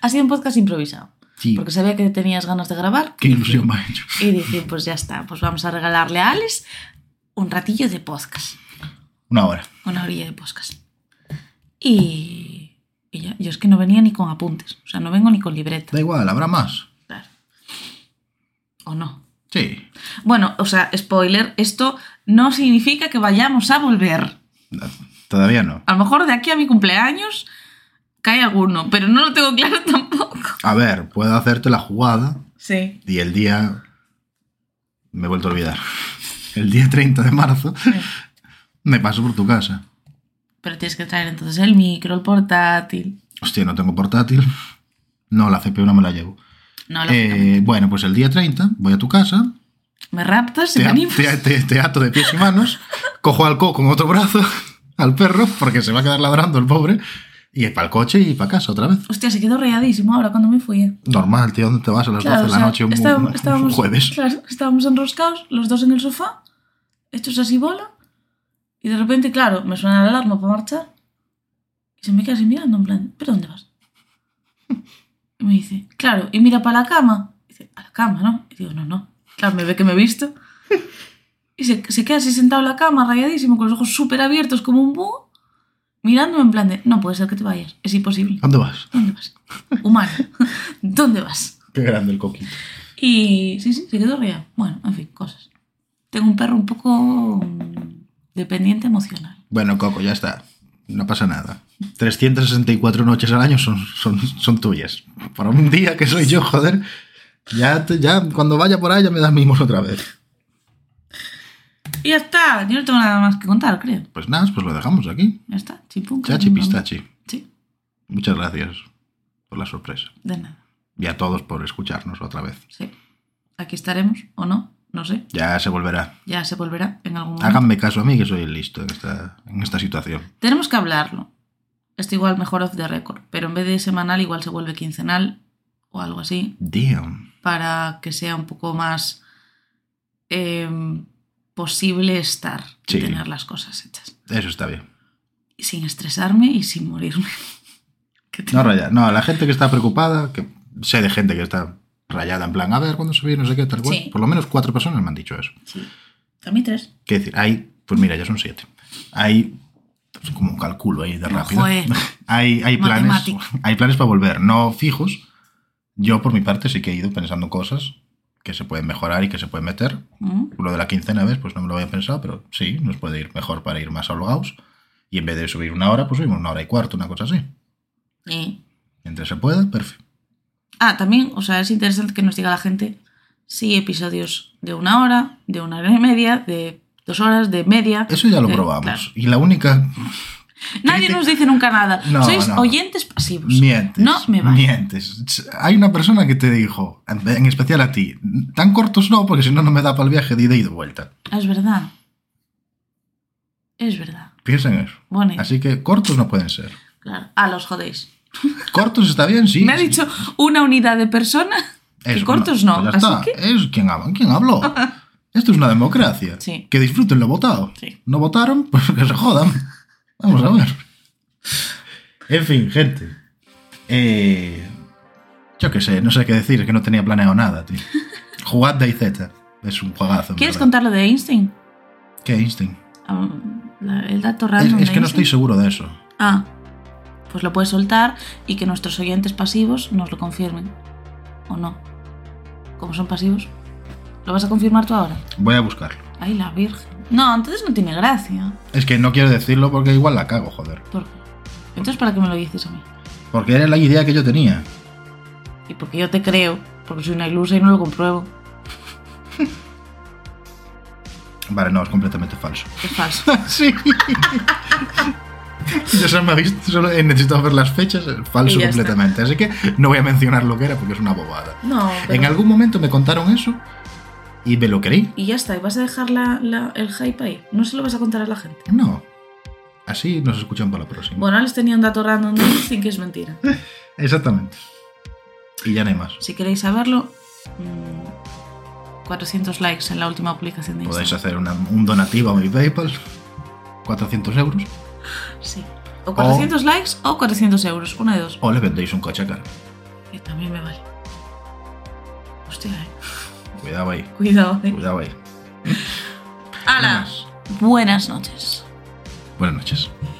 Speaker 3: Ha sido un podcast improvisado,
Speaker 2: Sí,
Speaker 3: porque sabía que tenías ganas de grabar
Speaker 2: qué ilusión me ha hecho.
Speaker 3: y dije, pues ya está, pues vamos a regalarle a Alex un ratillo de podcast.
Speaker 2: Una hora.
Speaker 3: Una orilla de podcast. Y, y ya, yo es que no venía ni con apuntes. O sea, no vengo ni con libreta.
Speaker 2: Da igual, habrá más.
Speaker 3: Claro. ¿O no?
Speaker 2: Sí.
Speaker 3: Bueno, o sea, spoiler, esto no significa que vayamos a volver.
Speaker 2: No, Todavía no.
Speaker 3: A lo mejor de aquí a mi cumpleaños cae alguno, pero no lo tengo claro tampoco.
Speaker 2: A ver, puedo hacerte la jugada
Speaker 3: Sí.
Speaker 2: y el día... Me he vuelto a olvidar. El día 30 de marzo me paso por tu casa.
Speaker 3: Pero tienes que traer entonces el micro, el portátil.
Speaker 2: Hostia, no tengo portátil. No, la CPU no me la llevo.
Speaker 3: No, Ah, lógicamente.
Speaker 2: Eh, bueno, pues el día 30 voy a tu casa,
Speaker 3: Me raptas y
Speaker 2: te,
Speaker 3: me animas.
Speaker 2: te- te- te ato de pies y manos, cojo al co con otro brazo al perro, porque se va a quedar ladrando el pobre, y para el coche y para casa otra vez.
Speaker 3: Hostia, se quedó rayadísimo ahora cuando me fui. eh.
Speaker 2: Normal, tío, ¿dónde te vas a las
Speaker 3: Claro,
Speaker 2: 12 de
Speaker 3: o
Speaker 2: la
Speaker 3: sea,
Speaker 2: noche un,
Speaker 3: estáb-
Speaker 2: un- un
Speaker 3: estábamos-
Speaker 2: jueves?
Speaker 3: Claro, estábamos enroscados, los dos en el sofá, hechos así bola, y de repente, claro, me suena la alarma para marchar, y se me queda así mirando, en plan, ¿pero dónde vas? Y me dice, claro, y mira para la cama. Y dice, a la cama, ¿no? Y digo, no, no. Claro, me ve que me he visto. Y se, se queda así sentado en la cama, rayadísimo, con los ojos súper abiertos como un búho, mirándome en plan de, no puede ser que te vayas, es imposible.
Speaker 2: ¿Dónde vas?
Speaker 3: ¿Dónde vas? Humano, ¿dónde vas?
Speaker 2: Qué grande el coquito.
Speaker 3: Y sí, sí, se quedó ría. Bueno, en fin, cosas. Tengo un perro un poco mm, dependiente emocional.
Speaker 2: Bueno, Coco, ya está. No pasa nada. 364 noches al año son, son, son tuyas. Para un día que soy yo, joder. Ya, te- ya cuando vaya por ahí ya me das mimos otra vez.
Speaker 3: Y ya está, yo no tengo nada más que contar, creo.
Speaker 2: Pues nada, pues lo dejamos aquí.
Speaker 3: Ya está, chipunca.
Speaker 2: Chachi pistachi.
Speaker 3: Sí,
Speaker 2: Muchas gracias por la sorpresa.
Speaker 3: de nada.
Speaker 2: Y a todos por escucharnos otra vez.
Speaker 3: Sí. Aquí estaremos, o no, no sé.
Speaker 2: Ya se volverá.
Speaker 3: Ya se volverá en algún momento.
Speaker 2: Háganme caso a mí que soy el listo en esta, en esta situación.
Speaker 3: Tenemos que hablarlo. Esto igual mejor off the record, pero en vez de semanal igual se vuelve quincenal o algo así.
Speaker 2: Damn.
Speaker 3: para que sea un poco más em, posible estar y
Speaker 2: Sí.
Speaker 3: tener las cosas hechas.
Speaker 2: Eso está bien.
Speaker 3: Y sin estresarme y sin morirme. Que te-
Speaker 2: No rayar. No, la gente que está preocupada, que sé de gente que está rayada en plan, a ver cuándo se viene, no sé qué, tal cual.
Speaker 3: Sí.
Speaker 2: Por lo menos cuatro personas me han dicho eso.
Speaker 3: Sí. A mí tres.
Speaker 2: Quiero decir, hay, pues mira, ya son siete. Hay, pues como un cálculo ahí de rápido.
Speaker 3: Joder.
Speaker 2: Hay, hay planes.
Speaker 3: Matemática.
Speaker 2: Hay planes para volver, no fijos. Yo, por mi parte, sí que he ido pensando cosas que se pueden mejorar y que se pueden meter.
Speaker 3: Mm,
Speaker 2: Lo de la quincena, ¿ves? Pues no me lo había pensado, pero sí, nos puede ir mejor para ir más holgados. Y en vez de subir una hora, pues subimos una hora y cuarto, una cosa así.
Speaker 3: y-
Speaker 2: Mientras se pueda, perfecto.
Speaker 3: Ah, también, o sea, es interesante que nos diga la gente si episodios de una hora, de una hora y media, de dos horas, de media.
Speaker 2: Eso ya lo
Speaker 3: de-
Speaker 2: probamos.
Speaker 3: Eh, claro.
Speaker 2: Y la única...
Speaker 3: Nadie
Speaker 2: Critic-
Speaker 3: nos dice nunca nada.
Speaker 2: No,
Speaker 3: Sois
Speaker 2: no.
Speaker 3: oyentes pasivos.
Speaker 2: Mientes.
Speaker 3: No me vale.
Speaker 2: Mientes. Hay una persona que te dijo, en- en especial a ti, tan cortos no, porque si no, no me da para el viaje de ida y de vuelta.
Speaker 3: Es verdad. Es verdad.
Speaker 2: Piensa en eso.
Speaker 3: Bueno,
Speaker 2: Así que cortos no pueden ser.
Speaker 3: claro. Ah, los jodéis.
Speaker 2: Cortos está bien, sí.
Speaker 3: Me ha
Speaker 2: sí.
Speaker 3: dicho una unidad de persona
Speaker 2: Eso,
Speaker 3: y cortos no.
Speaker 2: pues ya
Speaker 3: así
Speaker 2: está.
Speaker 3: que.
Speaker 2: Es quien, hab- quien habló. Esto es una democracia.
Speaker 3: Sí.
Speaker 2: Que disfruten lo votado.
Speaker 3: Sí.
Speaker 2: No votaron, pues que se jodan. Vamos a ver. En fin, gente. Eh, yo qué sé, no sé qué decir, es que no tenía planeado nada, tío. Jugad DayZ. Es un juegazo. en
Speaker 3: ¿Quieres
Speaker 2: verdad.
Speaker 3: contar lo de Einstein?
Speaker 2: ¿Qué, Einstein?
Speaker 3: Ah, la- El dato
Speaker 2: Es,
Speaker 3: random.
Speaker 2: es
Speaker 3: de
Speaker 2: que no
Speaker 3: Einstein.
Speaker 2: estoy seguro de eso.
Speaker 3: Ah, pues lo puedes soltar y que nuestros oyentes pasivos nos lo confirmen. ¿O no? Como son pasivos? ¿Lo vas a confirmar tú ahora?
Speaker 2: Voy a buscarlo.
Speaker 3: Ay, la Virgen. No, entonces no tiene gracia.
Speaker 2: Es que no quiero decirlo porque igual la cago, joder.
Speaker 3: ¿Por qué? Entonces, ¿para qué me lo dices a mí?
Speaker 2: Porque era la idea que yo tenía.
Speaker 3: Y porque yo te creo, porque soy una ilusa y no lo compruebo.
Speaker 2: Vale, no, es completamente falso.
Speaker 3: Es falso.
Speaker 2: Sí. Yo solo, me he visto- solo he necesitado ver las fechas, eh, falso
Speaker 3: Y ya está.
Speaker 2: completamente. Así que no voy a mencionar lo que era porque es una bobada.
Speaker 3: No,
Speaker 2: En algún momento me contaron eso y me lo creí.
Speaker 3: Y ya está, y vas a dejar la, la- el hype ahí. No se lo vas a contar a la gente.
Speaker 2: No. Así nos escuchan para la próxima.
Speaker 3: Bueno, les tenía un dato random de Einstein que es mentira.
Speaker 2: Exactamente. Y ya no hay más.
Speaker 3: Si queréis saberlo, mm, 400 likes en la última publicación de
Speaker 2: Podéis
Speaker 3: Instagram.
Speaker 2: hacer una- un donativo a mi PayPal. 400 euros.
Speaker 3: Sí. O 400 likes o 400 euros. Una de dos.
Speaker 2: O le vendéis un coche a cara.
Speaker 3: Que también me vale. Hostia, eh.
Speaker 2: Cuidado ahí.
Speaker 3: Cuidado, eh.
Speaker 2: Cuidado ahí.
Speaker 3: ¡Hala!
Speaker 2: Buenas.
Speaker 3: Buenas noches.
Speaker 2: Buenas noches.